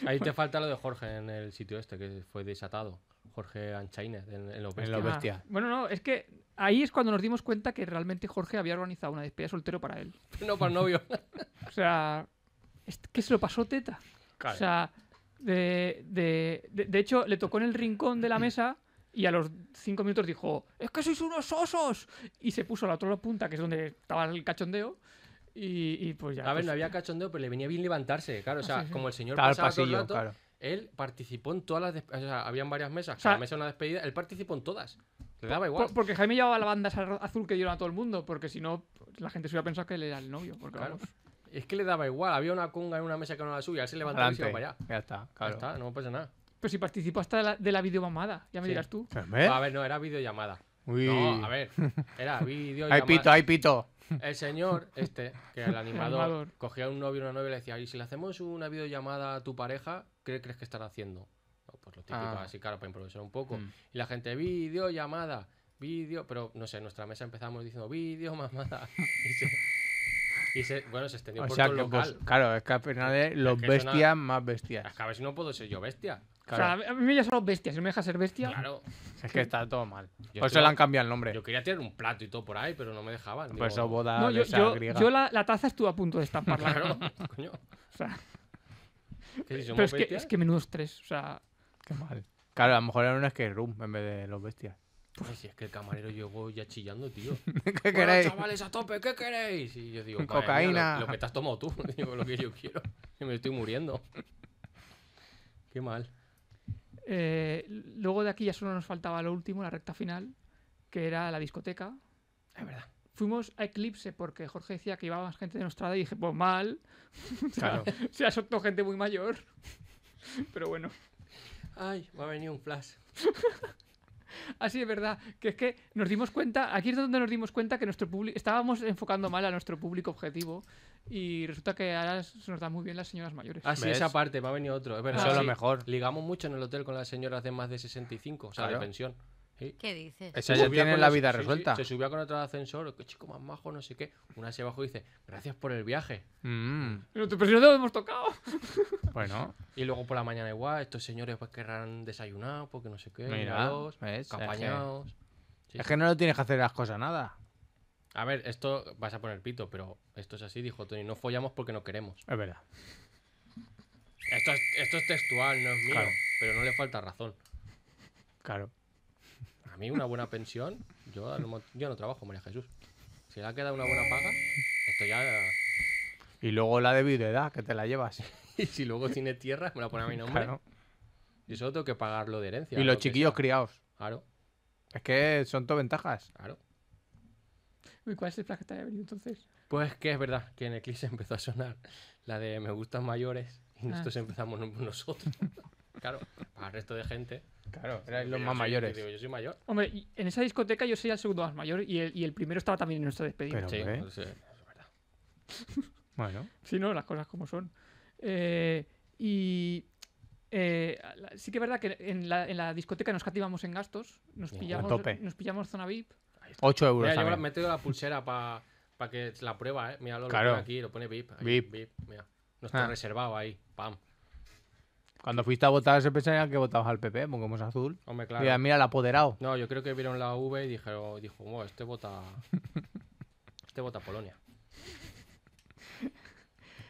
Speaker 3: Ahí te falta lo de Jorge en el sitio este, que fue desatado. Jorge Anchaines, en, en los Bestias.
Speaker 2: En Lo los
Speaker 5: Ah,
Speaker 2: bestia.
Speaker 5: bueno, no, es que ahí es cuando nos dimos cuenta que realmente Jorge había organizado una despedida soltero para él.
Speaker 3: No, para el novio.
Speaker 5: O sea, es que se lo pasó teta.
Speaker 3: Claro.
Speaker 5: O sea, de, de- de- de hecho, le tocó en el rincón de la mesa y a los cinco minutos dijo, es que sois unos osos. Y se puso a la otra punta, que es donde estaba el cachondeo. Y, y pues ya.
Speaker 3: a ver,
Speaker 5: pues,
Speaker 3: no había cachondeo, pero le venía bien levantarse. Claro, o sea, como el señor
Speaker 2: Estaba el
Speaker 3: pasaba todo el
Speaker 2: pasillo,
Speaker 3: rato,
Speaker 2: claro.
Speaker 3: él participó en todas las despedidas. O sea, habían varias mesas.
Speaker 5: sea,
Speaker 3: cada mesa una despedida. Él participó en todas. Le daba igual.
Speaker 5: Por- porque Jaime llevaba la banda esa ro- azul que dieron a todo el mundo, porque si no, la gente se hubiera pensado que él era el novio. Porque,
Speaker 3: Claro.
Speaker 5: vamos,
Speaker 3: Es que le daba igual. Había una conga en una mesa que no era la suya. Él se levantaba y se iba para allá.
Speaker 2: Adelante. Ya está,
Speaker 3: Claro.
Speaker 2: claro.
Speaker 3: está, no pasa nada.
Speaker 5: Pero si participó hasta de la, de la videomamada, ya me
Speaker 3: Sí.
Speaker 5: dirás tú.
Speaker 2: Fermé.
Speaker 3: A ver, no, era videollamada.
Speaker 2: Uy.
Speaker 3: No, a ver. Era videollamada.
Speaker 2: ¿Eh? Hay pito, hay pito.
Speaker 3: El señor, este, que era el animador,
Speaker 5: animador.
Speaker 3: cogía a un novio o una novia y le decía, y si le hacemos una videollamada a tu pareja, ¿qué crees que estará haciendo? No, pues lo típico,
Speaker 2: Ah.
Speaker 3: así claro, para improvisar un poco.
Speaker 2: Mm.
Speaker 3: Y la gente, videollamada, vídeo, pero no sé, en nuestra mesa empezamos diciendo, video mamada. Y se, y se- bueno, se extendió
Speaker 2: O
Speaker 3: por
Speaker 2: sea
Speaker 3: todo el
Speaker 2: que, pues,
Speaker 3: local.
Speaker 2: claro, es que al final es los
Speaker 3: que suena-
Speaker 2: bestias más bestias.
Speaker 3: Es que a ver si no puedo ser yo bestia.
Speaker 5: O sea, a mí me ya son bestias, si no me deja ser bestia.
Speaker 3: Claro.
Speaker 2: Es que está todo mal.
Speaker 3: Yo
Speaker 2: Por eso
Speaker 3: estoy-
Speaker 2: le han cambiado el nombre.
Speaker 3: Yo quería tener un plato y todo por ahí, pero no me dejaban.
Speaker 2: Por Pues eso boda
Speaker 5: No,
Speaker 2: de
Speaker 5: yo,
Speaker 2: esa
Speaker 5: yo-
Speaker 2: griega.
Speaker 5: yo la, la taza estuve a punto de estamparla.
Speaker 3: Ah, Claro, coño.
Speaker 5: O sea,
Speaker 3: Que si somos
Speaker 5: pero es que,
Speaker 3: bestias,
Speaker 5: es que menudos tres. O sea,
Speaker 2: Qué mal. Claro, a lo mejor era un escape room en vez de los bestias.
Speaker 3: Ay, si es que el camarero llegó ya chillando, tío.
Speaker 2: ¿Qué
Speaker 3: Bueno,
Speaker 2: queréis?
Speaker 3: chavales, a tope, ¿qué queréis? Y yo digo,
Speaker 2: Con
Speaker 3: "Madre mía,
Speaker 2: cocaína".
Speaker 3: lo, lo que te has tomado tú, digo, lo que yo quiero. Que me estoy muriendo. Qué mal.
Speaker 5: eh, luego de aquí ya solo nos faltaba lo último, la recta final, que era la discoteca.
Speaker 3: Es verdad.
Speaker 5: Fuimos a Eclipse porque Jorge decía que iba más gente de nuestra edad y dije, pues mal,
Speaker 2: Claro.
Speaker 5: se ha soltado gente muy mayor. Pero bueno.
Speaker 3: Ay, me ha venido un flash.
Speaker 5: Así Ah, es verdad, que es que nos dimos cuenta, aquí es donde nos dimos cuenta que nuestro público estábamos enfocando mal a nuestro público objetivo y resulta que ahora se nos dan muy bien las señoras mayores.
Speaker 3: Ah, sí,
Speaker 2: ¿Ves?
Speaker 3: esa parte, me ha venido otro. Es verdad.
Speaker 2: Eso es lo
Speaker 3: sí.
Speaker 2: mejor.
Speaker 3: Ligamos mucho en el hotel con las señoras de más de 65, o sea,
Speaker 2: Claro.
Speaker 3: de pensión. Sí.
Speaker 4: ¿Qué dices?
Speaker 2: Esa
Speaker 3: Se
Speaker 2: ya
Speaker 3: subía
Speaker 2: tiene
Speaker 3: con
Speaker 2: la
Speaker 3: las-
Speaker 2: vida
Speaker 3: sí, sí,
Speaker 2: resuelta.
Speaker 3: se subía con otro al ascensor, qué chico más majo, no sé qué. Una se bajó y dice, gracias por el viaje.
Speaker 2: Mm,
Speaker 5: Pero pero si no te lo hemos tocado.
Speaker 2: bueno,
Speaker 3: Y luego por la mañana igual, estos señores pues querrán desayunar porque no sé qué,
Speaker 2: Mira,
Speaker 3: mirados,
Speaker 2: ¿ves?
Speaker 3: campañados. Sí,
Speaker 2: es
Speaker 3: sí.
Speaker 2: que no lo tienes que hacer las cosas nada.
Speaker 3: A ver, esto vas a poner pito, pero esto es así, dijo Tony, no follamos porque no queremos.
Speaker 2: Es verdad.
Speaker 3: Esto es, esto es textual, no es mío,
Speaker 2: Claro.
Speaker 3: pero no le falta razón.
Speaker 2: Claro.
Speaker 3: A mí una buena pensión, yo, no- yo no trabajo, María Jesús. Si le ha quedado una buena paga, esto ya...
Speaker 2: Y luego la de videoedad, que te la llevas.
Speaker 3: Y si luego tiene tierra, me la pone a mi nombre.
Speaker 2: Claro.
Speaker 3: Yo solo tengo que pagar lo de herencia.
Speaker 2: Y
Speaker 3: lo
Speaker 2: los
Speaker 3: que
Speaker 2: chiquillos
Speaker 3: sea.
Speaker 2: criados.
Speaker 3: Claro,
Speaker 2: Es que son todo ventajas.
Speaker 3: claro.
Speaker 5: Uy, ¿cuál es el plan que te había venido entonces?
Speaker 3: Pues que es verdad que en Eclipse empezó a sonar la de me gustan mayores y
Speaker 5: Ah.
Speaker 3: nosotros empezamos no- nosotros. claro, para el resto de gente.
Speaker 2: Claro, eran
Speaker 3: Yo
Speaker 2: los más
Speaker 3: soy-
Speaker 2: mayores.
Speaker 3: Digo, yo soy mayor.
Speaker 5: Hombre, y- en esa discoteca yo sería el segundo más mayor y el, y el primero estaba también en nuestra despedida.
Speaker 2: Pero-
Speaker 3: Sí,
Speaker 2: Hombre.
Speaker 3: pues, eh, es verdad.
Speaker 2: Bueno,
Speaker 5: Si no, las cosas como son. Eh, y eh, la- sí que es verdad que en la, en la discoteca nos cativamos en gastos, nos
Speaker 3: Ya, a
Speaker 5: pillamos,
Speaker 2: tope.
Speaker 5: nos pillamos zona VIP.
Speaker 2: 8 euros.
Speaker 3: Mira, yo me he
Speaker 2: también.
Speaker 3: metido la pulsera para que la prueba, ¿eh? Mira, lo, lo
Speaker 2: Claro.
Speaker 3: pone aquí, lo pone VIP. ahí,
Speaker 2: VIP.
Speaker 3: mira. No está
Speaker 2: Ah.
Speaker 3: reservado ahí, pam.
Speaker 2: Cuando fuiste a votar se pensaría que votabas al PP, porque como es azul.
Speaker 3: Hombre, claro.
Speaker 2: Mira, mira, el apoderado.
Speaker 3: No, yo creo que vieron la V y dijeron, dijo, "Buah, este vota. Este vota Polonia.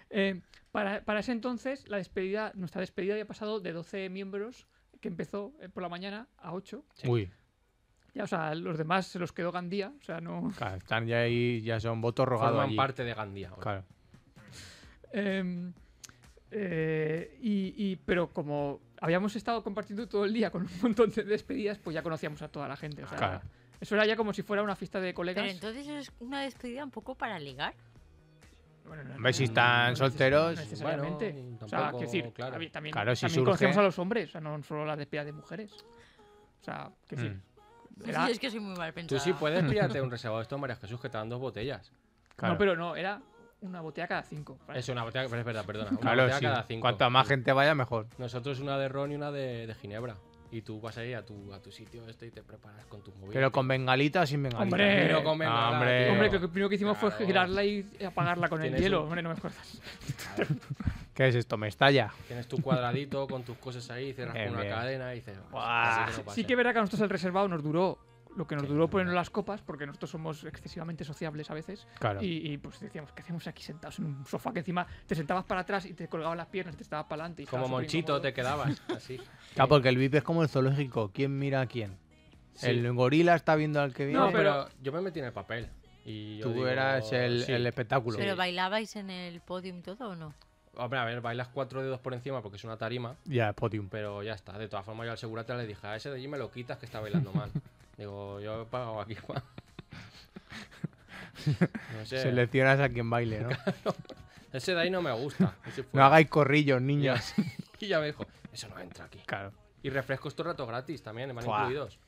Speaker 5: Eh, para, para ese entonces, la despedida, nuestra despedida había pasado de 12 miembros, que empezó eh, por la mañana, a 8.
Speaker 3: Sí.
Speaker 2: Uy,
Speaker 5: Ya, o sea, los demás se los quedó Gandía. O sea, no.
Speaker 2: claro, están ya ahí, ya son votos rogados
Speaker 3: Forman
Speaker 2: allí.
Speaker 3: parte de Gandía. ahora.
Speaker 2: Claro.
Speaker 5: Em, eh, y, y- pero como habíamos estado compartiendo todo el día con un montón de despedidas, pues ya conocíamos a toda la gente. o sea,
Speaker 2: Claro.
Speaker 5: Eso era ya como si fuera una fiesta de
Speaker 4: Pero
Speaker 5: colegas.
Speaker 4: entonces es una despedida un poco para ligar.
Speaker 5: Bueno, no-
Speaker 2: Hombre, si
Speaker 5: no-
Speaker 2: están
Speaker 5: no
Speaker 2: solteros,
Speaker 5: necesariamente.
Speaker 3: bueno,
Speaker 5: o sea,
Speaker 3: tampoco,
Speaker 5: quiero decir,
Speaker 3: claro.
Speaker 5: había- también,
Speaker 2: Claro, si
Speaker 5: también
Speaker 2: surge-
Speaker 5: conocíamos a los hombres, o sea, no solo las despedidas de mujeres. O sea, que
Speaker 2: Mm.
Speaker 5: sí.
Speaker 4: Sí, sí, es que soy muy mal
Speaker 3: Tú
Speaker 4: pensada.
Speaker 3: sí puedes pillarte un reservado de esto, María Jesús, que te dan dos botellas.
Speaker 2: Claro.
Speaker 5: No, pero no, era una botella cada cinco. ¿vale?
Speaker 3: Es una botella, pero es verdad, perdona. Una
Speaker 2: Claro,
Speaker 3: botella
Speaker 2: sí.
Speaker 3: cada cinco.
Speaker 2: Cuanta más gente vaya, mejor.
Speaker 3: Nosotros una de ron y una de, de ginebra. y tú vas a ir a tu, a tu sitio este y te preparas con tu móvil.
Speaker 2: Pero con bengalita o sin bengalita.
Speaker 5: Hombre.
Speaker 3: Pero con bengala,
Speaker 2: Hombre.
Speaker 3: tío.
Speaker 5: Hombre, que lo primero que hicimos fue
Speaker 3: Claro.
Speaker 5: girarla y apagarla con el
Speaker 3: Tienes
Speaker 5: hielo.
Speaker 3: un-
Speaker 5: Hombre, no me acuerdas.
Speaker 2: ¿Qué es esto? ¿Me estalla?
Speaker 3: Tienes tu cuadradito con tus cosas ahí, cierras
Speaker 2: Bien,
Speaker 3: con una
Speaker 2: bien.
Speaker 3: cadena y dices.
Speaker 2: Buah.
Speaker 3: así no va a
Speaker 5: Sí
Speaker 3: ser".
Speaker 5: que verá que a nosotros el reservado nos duró lo que nos
Speaker 3: Sí,
Speaker 5: duró
Speaker 3: es
Speaker 5: ponernos
Speaker 3: verdad.
Speaker 5: las copas, porque nosotros somos excesivamente sociables a veces.
Speaker 2: Claro.
Speaker 5: Y, y, pues decíamos, ¿qué hacemos aquí sentados en un sofá que encima te sentabas para atrás y te colgaban las piernas, te estabas para adelante? y
Speaker 3: Como
Speaker 5: estaba súper
Speaker 3: monchito
Speaker 5: incómodo?
Speaker 3: te quedabas, así.
Speaker 2: Claro, porque el VIP es como el zoológico. ¿Quién mira a quién?
Speaker 3: Sí.
Speaker 2: El gorila está viendo al que viene.
Speaker 3: No, pero yo me metí en el papel. Y yo
Speaker 2: Tú
Speaker 3: digo,
Speaker 2: eras el,
Speaker 3: sí.
Speaker 2: el espectáculo.
Speaker 4: ¿Pero bailabais en el podium y todo o no?
Speaker 3: Hombre, a ver, bailas cuatro dedos por encima porque es una tarima,
Speaker 2: Ya, es podium.
Speaker 3: pero ya está. De todas formas, yo al segurata le dije, a ese de allí me lo quitas que está bailando mal. digo, yo he pagado aquí, Juan. No sé.
Speaker 2: Seleccionas a quien baile, ¿no?
Speaker 3: Ese de ahí no me gusta. Ese
Speaker 2: no
Speaker 3: fuera.
Speaker 2: hagáis corrillos, niños.
Speaker 3: Y ya me dijo, eso no entra aquí.
Speaker 2: claro.
Speaker 3: Y refrescos todo el rato gratis también, van
Speaker 2: Fuá.
Speaker 3: incluidos.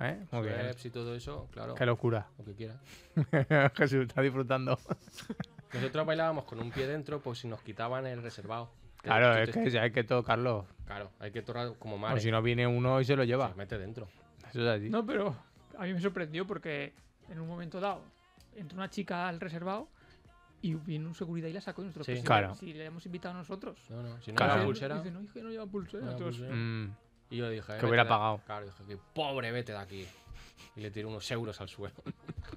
Speaker 2: ¿Eh? Muy bien.
Speaker 3: Webs y todo eso, claro.
Speaker 2: Qué locura.
Speaker 3: Lo que quieras.
Speaker 2: Jesús está disfrutando.
Speaker 3: Nosotros bailábamos con un pie dentro, pues si nos quitaban el reservado. Que
Speaker 2: Claro,
Speaker 3: tú
Speaker 2: es
Speaker 3: te-
Speaker 2: que ya hay que tocarlo.
Speaker 3: Claro, hay que torrar como
Speaker 2: O
Speaker 3: mal.
Speaker 2: si no viene uno y se lo
Speaker 3: se
Speaker 2: lleva.
Speaker 3: mete dentro.
Speaker 2: Eso es así.
Speaker 5: No, pero a mí me sorprendió porque en un momento dado entró una chica al reservado y vino un seguridad y la sacó y nosotros.
Speaker 3: Sí.
Speaker 5: "Pero si
Speaker 2: Claro.
Speaker 5: le- Si le hemos invitado a nosotros.
Speaker 3: No, no, si no
Speaker 2: Claro.
Speaker 3: lleva
Speaker 5: Dice,
Speaker 3: pulsera.
Speaker 5: Dice, no, es que no lleva pulsera.
Speaker 3: no lleva
Speaker 5: Entonces,
Speaker 3: pulsera.
Speaker 2: Mm,
Speaker 3: Y yo dije, eh,
Speaker 2: Que hubiera
Speaker 3: vete de-
Speaker 2: pagado.
Speaker 3: Claro, dije, que pobre, vete de aquí. Y le tiré unos euros al suelo.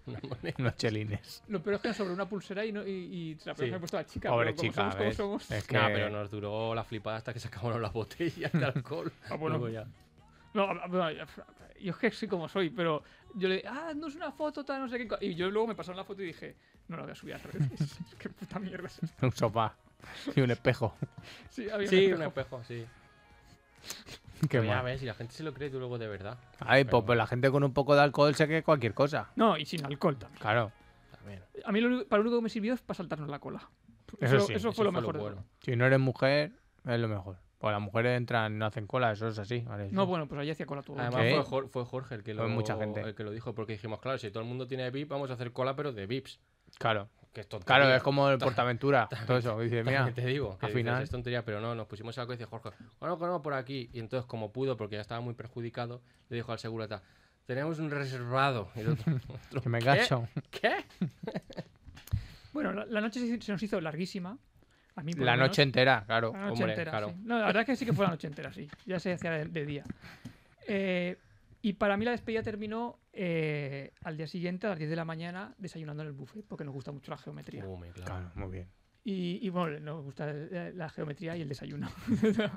Speaker 3: Una moneda.
Speaker 2: unos chelines.
Speaker 5: Lo peor es que era sobre una pulsera y, no, y, y se la podíamos
Speaker 3: Sí.
Speaker 5: haber puesto a la chica.
Speaker 2: Pobre
Speaker 5: pero como
Speaker 2: chica,
Speaker 5: somos como
Speaker 2: ¿ves?
Speaker 5: somos.
Speaker 2: Es que...
Speaker 3: Nah, pero nos duró la flipada hasta que se acabaron las botellas de alcohol.
Speaker 5: Ah, bueno.
Speaker 3: Luego ya.
Speaker 5: No, ah, a- a- a- yo es que soy como soy, pero yo le ah, no es una foto, tal, no sé qué. co-". Y yo luego me pasaron la foto y dije, no la voy a subir a redes. qué puta mierda. es esto".
Speaker 2: Un sofá y un espejo.
Speaker 5: Sí, había
Speaker 3: Sí,
Speaker 5: un
Speaker 3: un
Speaker 5: espejo.
Speaker 3: espejo, sí.
Speaker 2: Qué
Speaker 3: Pero Pues ya
Speaker 2: mal.
Speaker 3: ves, si la gente se lo cree tú luego de verdad.
Speaker 2: Ay, pues,
Speaker 3: Pero-
Speaker 2: pues la gente con un poco de alcohol se cree cualquier cosa.
Speaker 5: No, y sin alcohol también.
Speaker 2: Claro.
Speaker 3: También.
Speaker 5: A mí lo único, para lo único que me sirvió es para saltarnos la cola.
Speaker 2: Eso sí,
Speaker 5: eso, fue lo mejor. de
Speaker 3: bueno.
Speaker 2: Si no eres mujer, es lo mejor. Pues las mujeres entran, no hacen cola, eso es así. ¿vale?
Speaker 5: todo. No, bueno, pues allí hacía cola todo.
Speaker 3: Además
Speaker 2: ¿Qué?
Speaker 3: fue Jor- fue Jorge el que,
Speaker 2: Fue
Speaker 3: lo,
Speaker 2: mucha gente.
Speaker 3: el que lo dijo, porque dijimos, claro, si todo el mundo tiene VIP, vamos a hacer cola, pero de VIPs.
Speaker 2: Claro,
Speaker 3: Que es tontería.
Speaker 2: claro, es como el portaventura, todo eso. Dice, mira,
Speaker 3: También te digo, que
Speaker 2: al
Speaker 3: dices,
Speaker 2: final-
Speaker 3: es tontería, pero no, nos pusimos algo y dice Jorge, bueno, no, por aquí. Y entonces, como pudo, porque ya estaba muy perjudicado, le dijo al segurata, tenemos un reservado. Y el otro, otro,
Speaker 2: que me
Speaker 3: "¿Qué?
Speaker 2: cacho.
Speaker 3: ¿Qué?
Speaker 5: Bueno, la, la noche se, se nos hizo larguísima. A mí, por
Speaker 2: La
Speaker 5: lo menos.
Speaker 2: noche entera, claro.
Speaker 5: La noche
Speaker 3: Hombre,
Speaker 5: entera,
Speaker 3: claro.
Speaker 5: sí. No, la verdad es que sí que fue la noche entera, sí. Ya se hacía de, de día. Eh, y para mí la despedida terminó eh, al día siguiente, a las 10 de la mañana, desayunando en el buffet, porque nos gusta mucho la geometría.
Speaker 3: Boom, y claro.
Speaker 2: Claro, muy bien.
Speaker 5: Y, y bueno, nos gusta eh, la geometría y el desayuno.
Speaker 3: Ay, tío.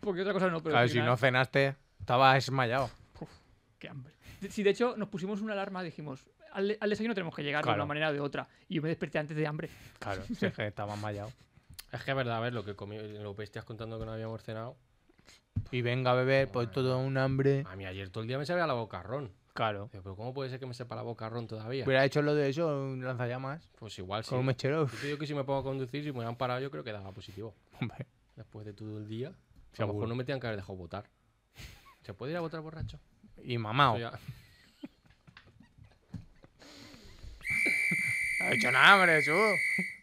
Speaker 5: porque otra cosa no, pero
Speaker 2: Claro,
Speaker 5: al
Speaker 2: si
Speaker 5: final,
Speaker 2: no cenaste, estabas desmayado.
Speaker 5: qué hambre. De- Sí, de hecho, nos pusimos una alarma, dijimos, al, de- al desayuno tenemos que llegar de
Speaker 2: Claro.
Speaker 5: una manera o de otra. Y yo me desperté antes de hambre.
Speaker 2: Claro, si es que estabas mayado.
Speaker 3: Es que es verdad, a ver, lo que comí, lo que estabas contando que no habíamos cenado.
Speaker 2: Y venga a beber, pues todo un hambre.
Speaker 3: A mí ayer todo el día me sabía la bocarrón.
Speaker 2: Claro.
Speaker 3: Digo, pero ¿cómo puede ser que me sepa la bocarrón todavía?
Speaker 2: Hubiera hecho lo de eso, un lanzallamas,
Speaker 3: Pues igual sí.
Speaker 2: con un mechero.
Speaker 3: Yo te digo que si me pongo a conducir, si me han parado, yo creo que daba positivo.
Speaker 2: Hombre,
Speaker 3: Después de todo el día, a lo
Speaker 2: Seguro.
Speaker 3: mejor no me tenían que haber dejado votar. ¿Se puede ir a votar borracho?
Speaker 2: Y mamado.
Speaker 3: Eso ya-
Speaker 2: No ha hecho nada, hombre, Jesús.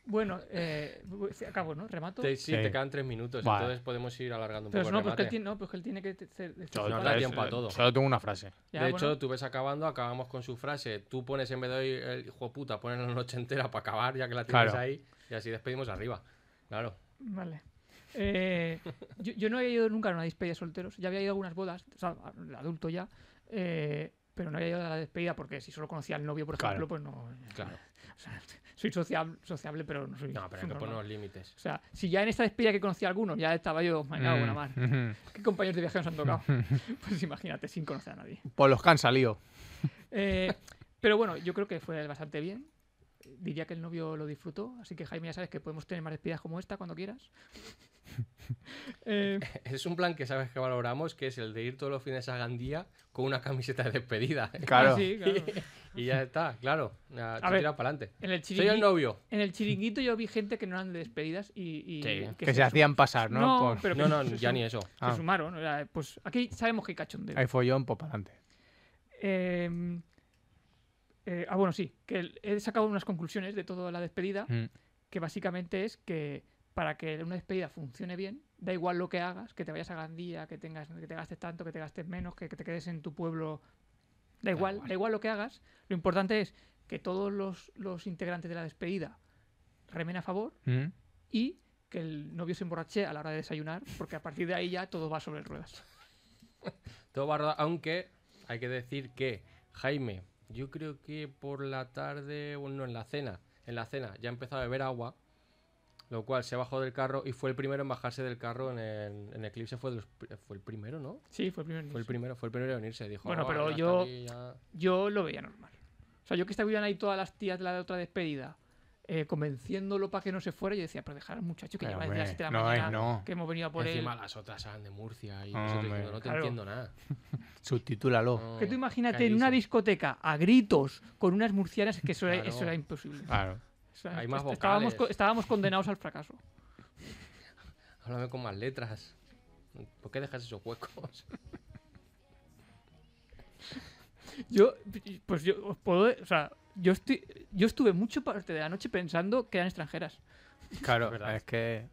Speaker 5: Bueno, eh, acabo, ¿no? Remato.
Speaker 3: Te- sí,
Speaker 2: Sí.
Speaker 3: te quedan tres minutos,
Speaker 2: Vale.
Speaker 3: entonces podemos ir alargando un
Speaker 5: Pero
Speaker 3: poco
Speaker 5: no,
Speaker 3: el
Speaker 5: pues que él
Speaker 3: remate.
Speaker 5: tiene, no, pues que él tiene que te- te- te-
Speaker 3: Yo-
Speaker 5: te-
Speaker 3: da tiempo a todo.
Speaker 2: Solo tengo una frase.
Speaker 3: de
Speaker 5: Ya, Ah, bueno.
Speaker 3: hecho, tú ves acabando, acabamos con su frase. Tú pones en vez de hoy, el hijo puta, pones la noche entera para acabar, ya que la tienes
Speaker 2: Claro.
Speaker 3: ahí, y así despedimos arriba. Claro.
Speaker 5: Vale. Eh, yo, yo no había ido nunca a una despedida de solteros. Ya había ido a algunas bodas, o sea, a- adulto ya, eh, pero no había ido a la despedida porque si solo conocía al novio, por
Speaker 2: Claro.
Speaker 5: ejemplo, pues no.
Speaker 3: Claro.
Speaker 5: o sea, soy sociable, sociable, pero no soy.
Speaker 3: No, pero hay que
Speaker 5: normal.
Speaker 3: poner unos límites.
Speaker 5: O sea, si ya en esta despedida que conocí a algunos, ya estaba yo, me cago en la mar.
Speaker 2: Mm, ujú.
Speaker 5: ¿Qué compañeros de viaje nos han tocado? pues imagínate, sin conocer a nadie.
Speaker 2: Por los que han salido.
Speaker 5: Ah, Eh, pero bueno, yo creo que fue bastante bien. Diría que el novio lo disfrutó, así que Jaime, ya sabes que podemos tener más despedidas como esta cuando quieras. Eh,
Speaker 3: Es un plan que sabes que valoramos, que es el de ir todos los fines a Gandía con una camiseta de despedida.
Speaker 2: Claro.
Speaker 5: ah, sí, claro.
Speaker 3: y ya está, claro. Ya, tú
Speaker 5: ver.
Speaker 3: tiras para adelante.
Speaker 5: En el,
Speaker 3: Soy el
Speaker 5: chiringuito,
Speaker 3: novio.
Speaker 5: en el chiringuito yo vi gente que no eran de despedidas y, y
Speaker 3: Sí.
Speaker 5: que,
Speaker 2: Que se hacían pasar, ¿no?
Speaker 5: No,
Speaker 2: Por-
Speaker 5: pero que
Speaker 3: No, no,
Speaker 5: se- se-
Speaker 3: ya ni eso.
Speaker 5: se
Speaker 2: Ah.
Speaker 5: sumaron. era, pues aquí sabemos que hay cachondeo.
Speaker 2: Hay follón, pues para adelante.
Speaker 5: Eh, eh, ah,
Speaker 2: Mm,
Speaker 5: bueno, sí, que el- he sacado unas conclusiones de toda la despedida, que básicamente es que para que una despedida funcione bien, da igual lo que hagas, que te vayas a Gandía, que tengas, que te gastes tanto, que te gastes menos, que, que te quedes en tu pueblo, da igual, da igual lo que hagas. Lo importante es que todos los, los integrantes de la despedida remen a favor
Speaker 2: ¿Mm?
Speaker 5: y que el novio se emborrache a la hora de desayunar, porque a partir de ahí ya todo va sobre ruedas.
Speaker 3: Todo va a rodar, aunque hay que decir que, Jaime, yo creo que por la tarde, bueno, no, en la cena, en la cena ya empezó a beber agua, lo cual se bajó del carro y fue el primero en bajarse del carro en, el, en Eclipse, fue, de los pri- fue el primero, ¿no?
Speaker 5: Sí, fue el primer
Speaker 3: Fue el primero, fue el primero en unirse, dijo.
Speaker 5: Bueno,
Speaker 3: "Ah,
Speaker 5: pero
Speaker 3: hasta
Speaker 5: yo-
Speaker 3: aquí ya".
Speaker 5: yo lo veía normal. O sea, yo que estaban ahí todas las tías de la otra despedida, eh, convenciéndolo para que no se fuera, yo decía, pero dejar al muchacho que
Speaker 2: Pero,
Speaker 5: lleva desde las
Speaker 2: hombre,
Speaker 5: 7 de la
Speaker 2: no, eh,
Speaker 5: mañana,
Speaker 2: no.
Speaker 5: que hemos venido a por
Speaker 3: Encima
Speaker 5: él.
Speaker 3: las otras eran de Murcia y nosotros
Speaker 2: Hombre.
Speaker 3: diciendo, no te
Speaker 5: Claro. Oh.
Speaker 3: entiendo nada.
Speaker 2: Subtitúlalo.
Speaker 3: No,
Speaker 5: Que tú imagínate en
Speaker 3: carísimo.
Speaker 5: una discoteca a gritos con unas murcianas, que eso, era,
Speaker 3: Claro. Ah,
Speaker 5: eso era imposible.
Speaker 2: Claro.
Speaker 5: Eso era-
Speaker 3: Hay más
Speaker 5: est- estábamos,
Speaker 3: vocales.
Speaker 5: co- estábamos condenados al fracaso.
Speaker 3: Háblame con más letras. ¿Por qué dejas esos huecos?
Speaker 5: Yo, pues yo os puedo, o sea, yo, estoy, yo estuve mucho parte de la noche pensando que eran extranjeras.
Speaker 2: Claro,
Speaker 3: verdad.
Speaker 2: es que.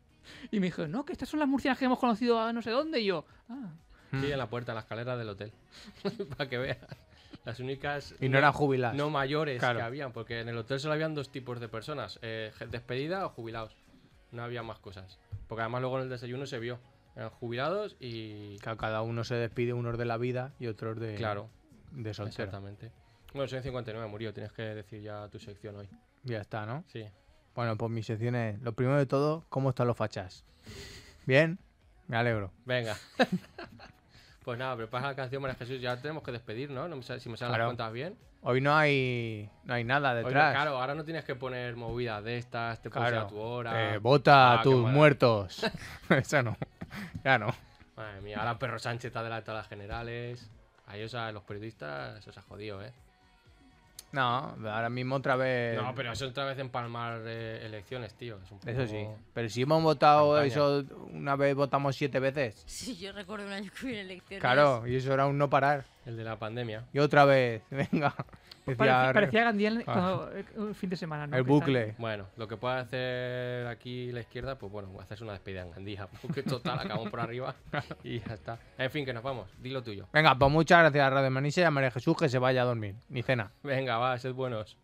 Speaker 5: Y me dijeron, no, que estas son las murcianas que hemos conocido a no sé dónde. Y yo, ah,
Speaker 3: Sí, en la puerta, en la escalera del hotel. Para que veas. Las únicas
Speaker 2: Y no eran jubiladas.
Speaker 3: no mayores
Speaker 2: Claro.
Speaker 3: que habían, porque en el hotel solo habían dos tipos de personas, eh, gen- despedida o jubilados. No había más cosas. Porque además luego en el desayuno se vio. Eran jubilados y...
Speaker 2: Claro, Cada uno se despide, unos de la vida y otros de,
Speaker 3: Claro,
Speaker 2: de soltero.
Speaker 3: exactamente. Bueno, soy en 59, murió. Tienes que decir ya tu sección hoy.
Speaker 2: Ya está, ¿no?
Speaker 3: Sí.
Speaker 2: Bueno, pues mis secciones. Lo primero de todo, ¿cómo están los fachas? ¿Bien? Me alegro.
Speaker 3: Venga. pues nada, prepara la canción, María Jesús. Ya tenemos que despedir, ¿no? No me sale- si me salen
Speaker 2: Claro.
Speaker 3: las cuentas bien.
Speaker 2: Hoy no hay, no hay nada
Speaker 3: Oye,
Speaker 2: detrás.
Speaker 3: claro, ahora no tienes que poner movidas de estas, te pones
Speaker 2: Claro.
Speaker 3: a tu hora.
Speaker 2: Eh, vota
Speaker 3: Ah,
Speaker 2: a
Speaker 3: qué
Speaker 2: tus
Speaker 3: mala.
Speaker 2: muertos. Eso no. Ya no.
Speaker 3: Madre mía, ahora Perro Sánchez está delante de las generales. Ahí, o sea, los periodistas os ha jodido, ¿eh?
Speaker 2: No, ahora mismo otra vez.
Speaker 3: No, pero eso otra vez empalmar eh, elecciones, tío. es un poco-
Speaker 2: Eso sí. Pero si hemos votado
Speaker 3: Campaña.
Speaker 2: eso, una vez votamos siete veces.
Speaker 4: Sí, yo recuerdo un año que hubiera elecciones.
Speaker 2: Claro, y eso era un no parar.
Speaker 3: El de la pandemia.
Speaker 2: Y otra vez, venga. Decía,
Speaker 5: parecía, Pues parecía Gandía en-
Speaker 2: Pues Ah.
Speaker 5: cuando- eh, el fin de semana. ¿no?
Speaker 2: el
Speaker 5: Que está-
Speaker 2: bucle.
Speaker 3: Bueno, lo que puede hacer aquí la izquierda, pues bueno, haces una despedida en Gandía, porque total, acabamos por arriba y ya está. En fin, que nos vamos, dilo tuyo.
Speaker 2: Venga, pues muchas gracias a Radio Manises y a María Jesús que se vaya a dormir. Ni cena.
Speaker 3: Venga, va, sed buenos.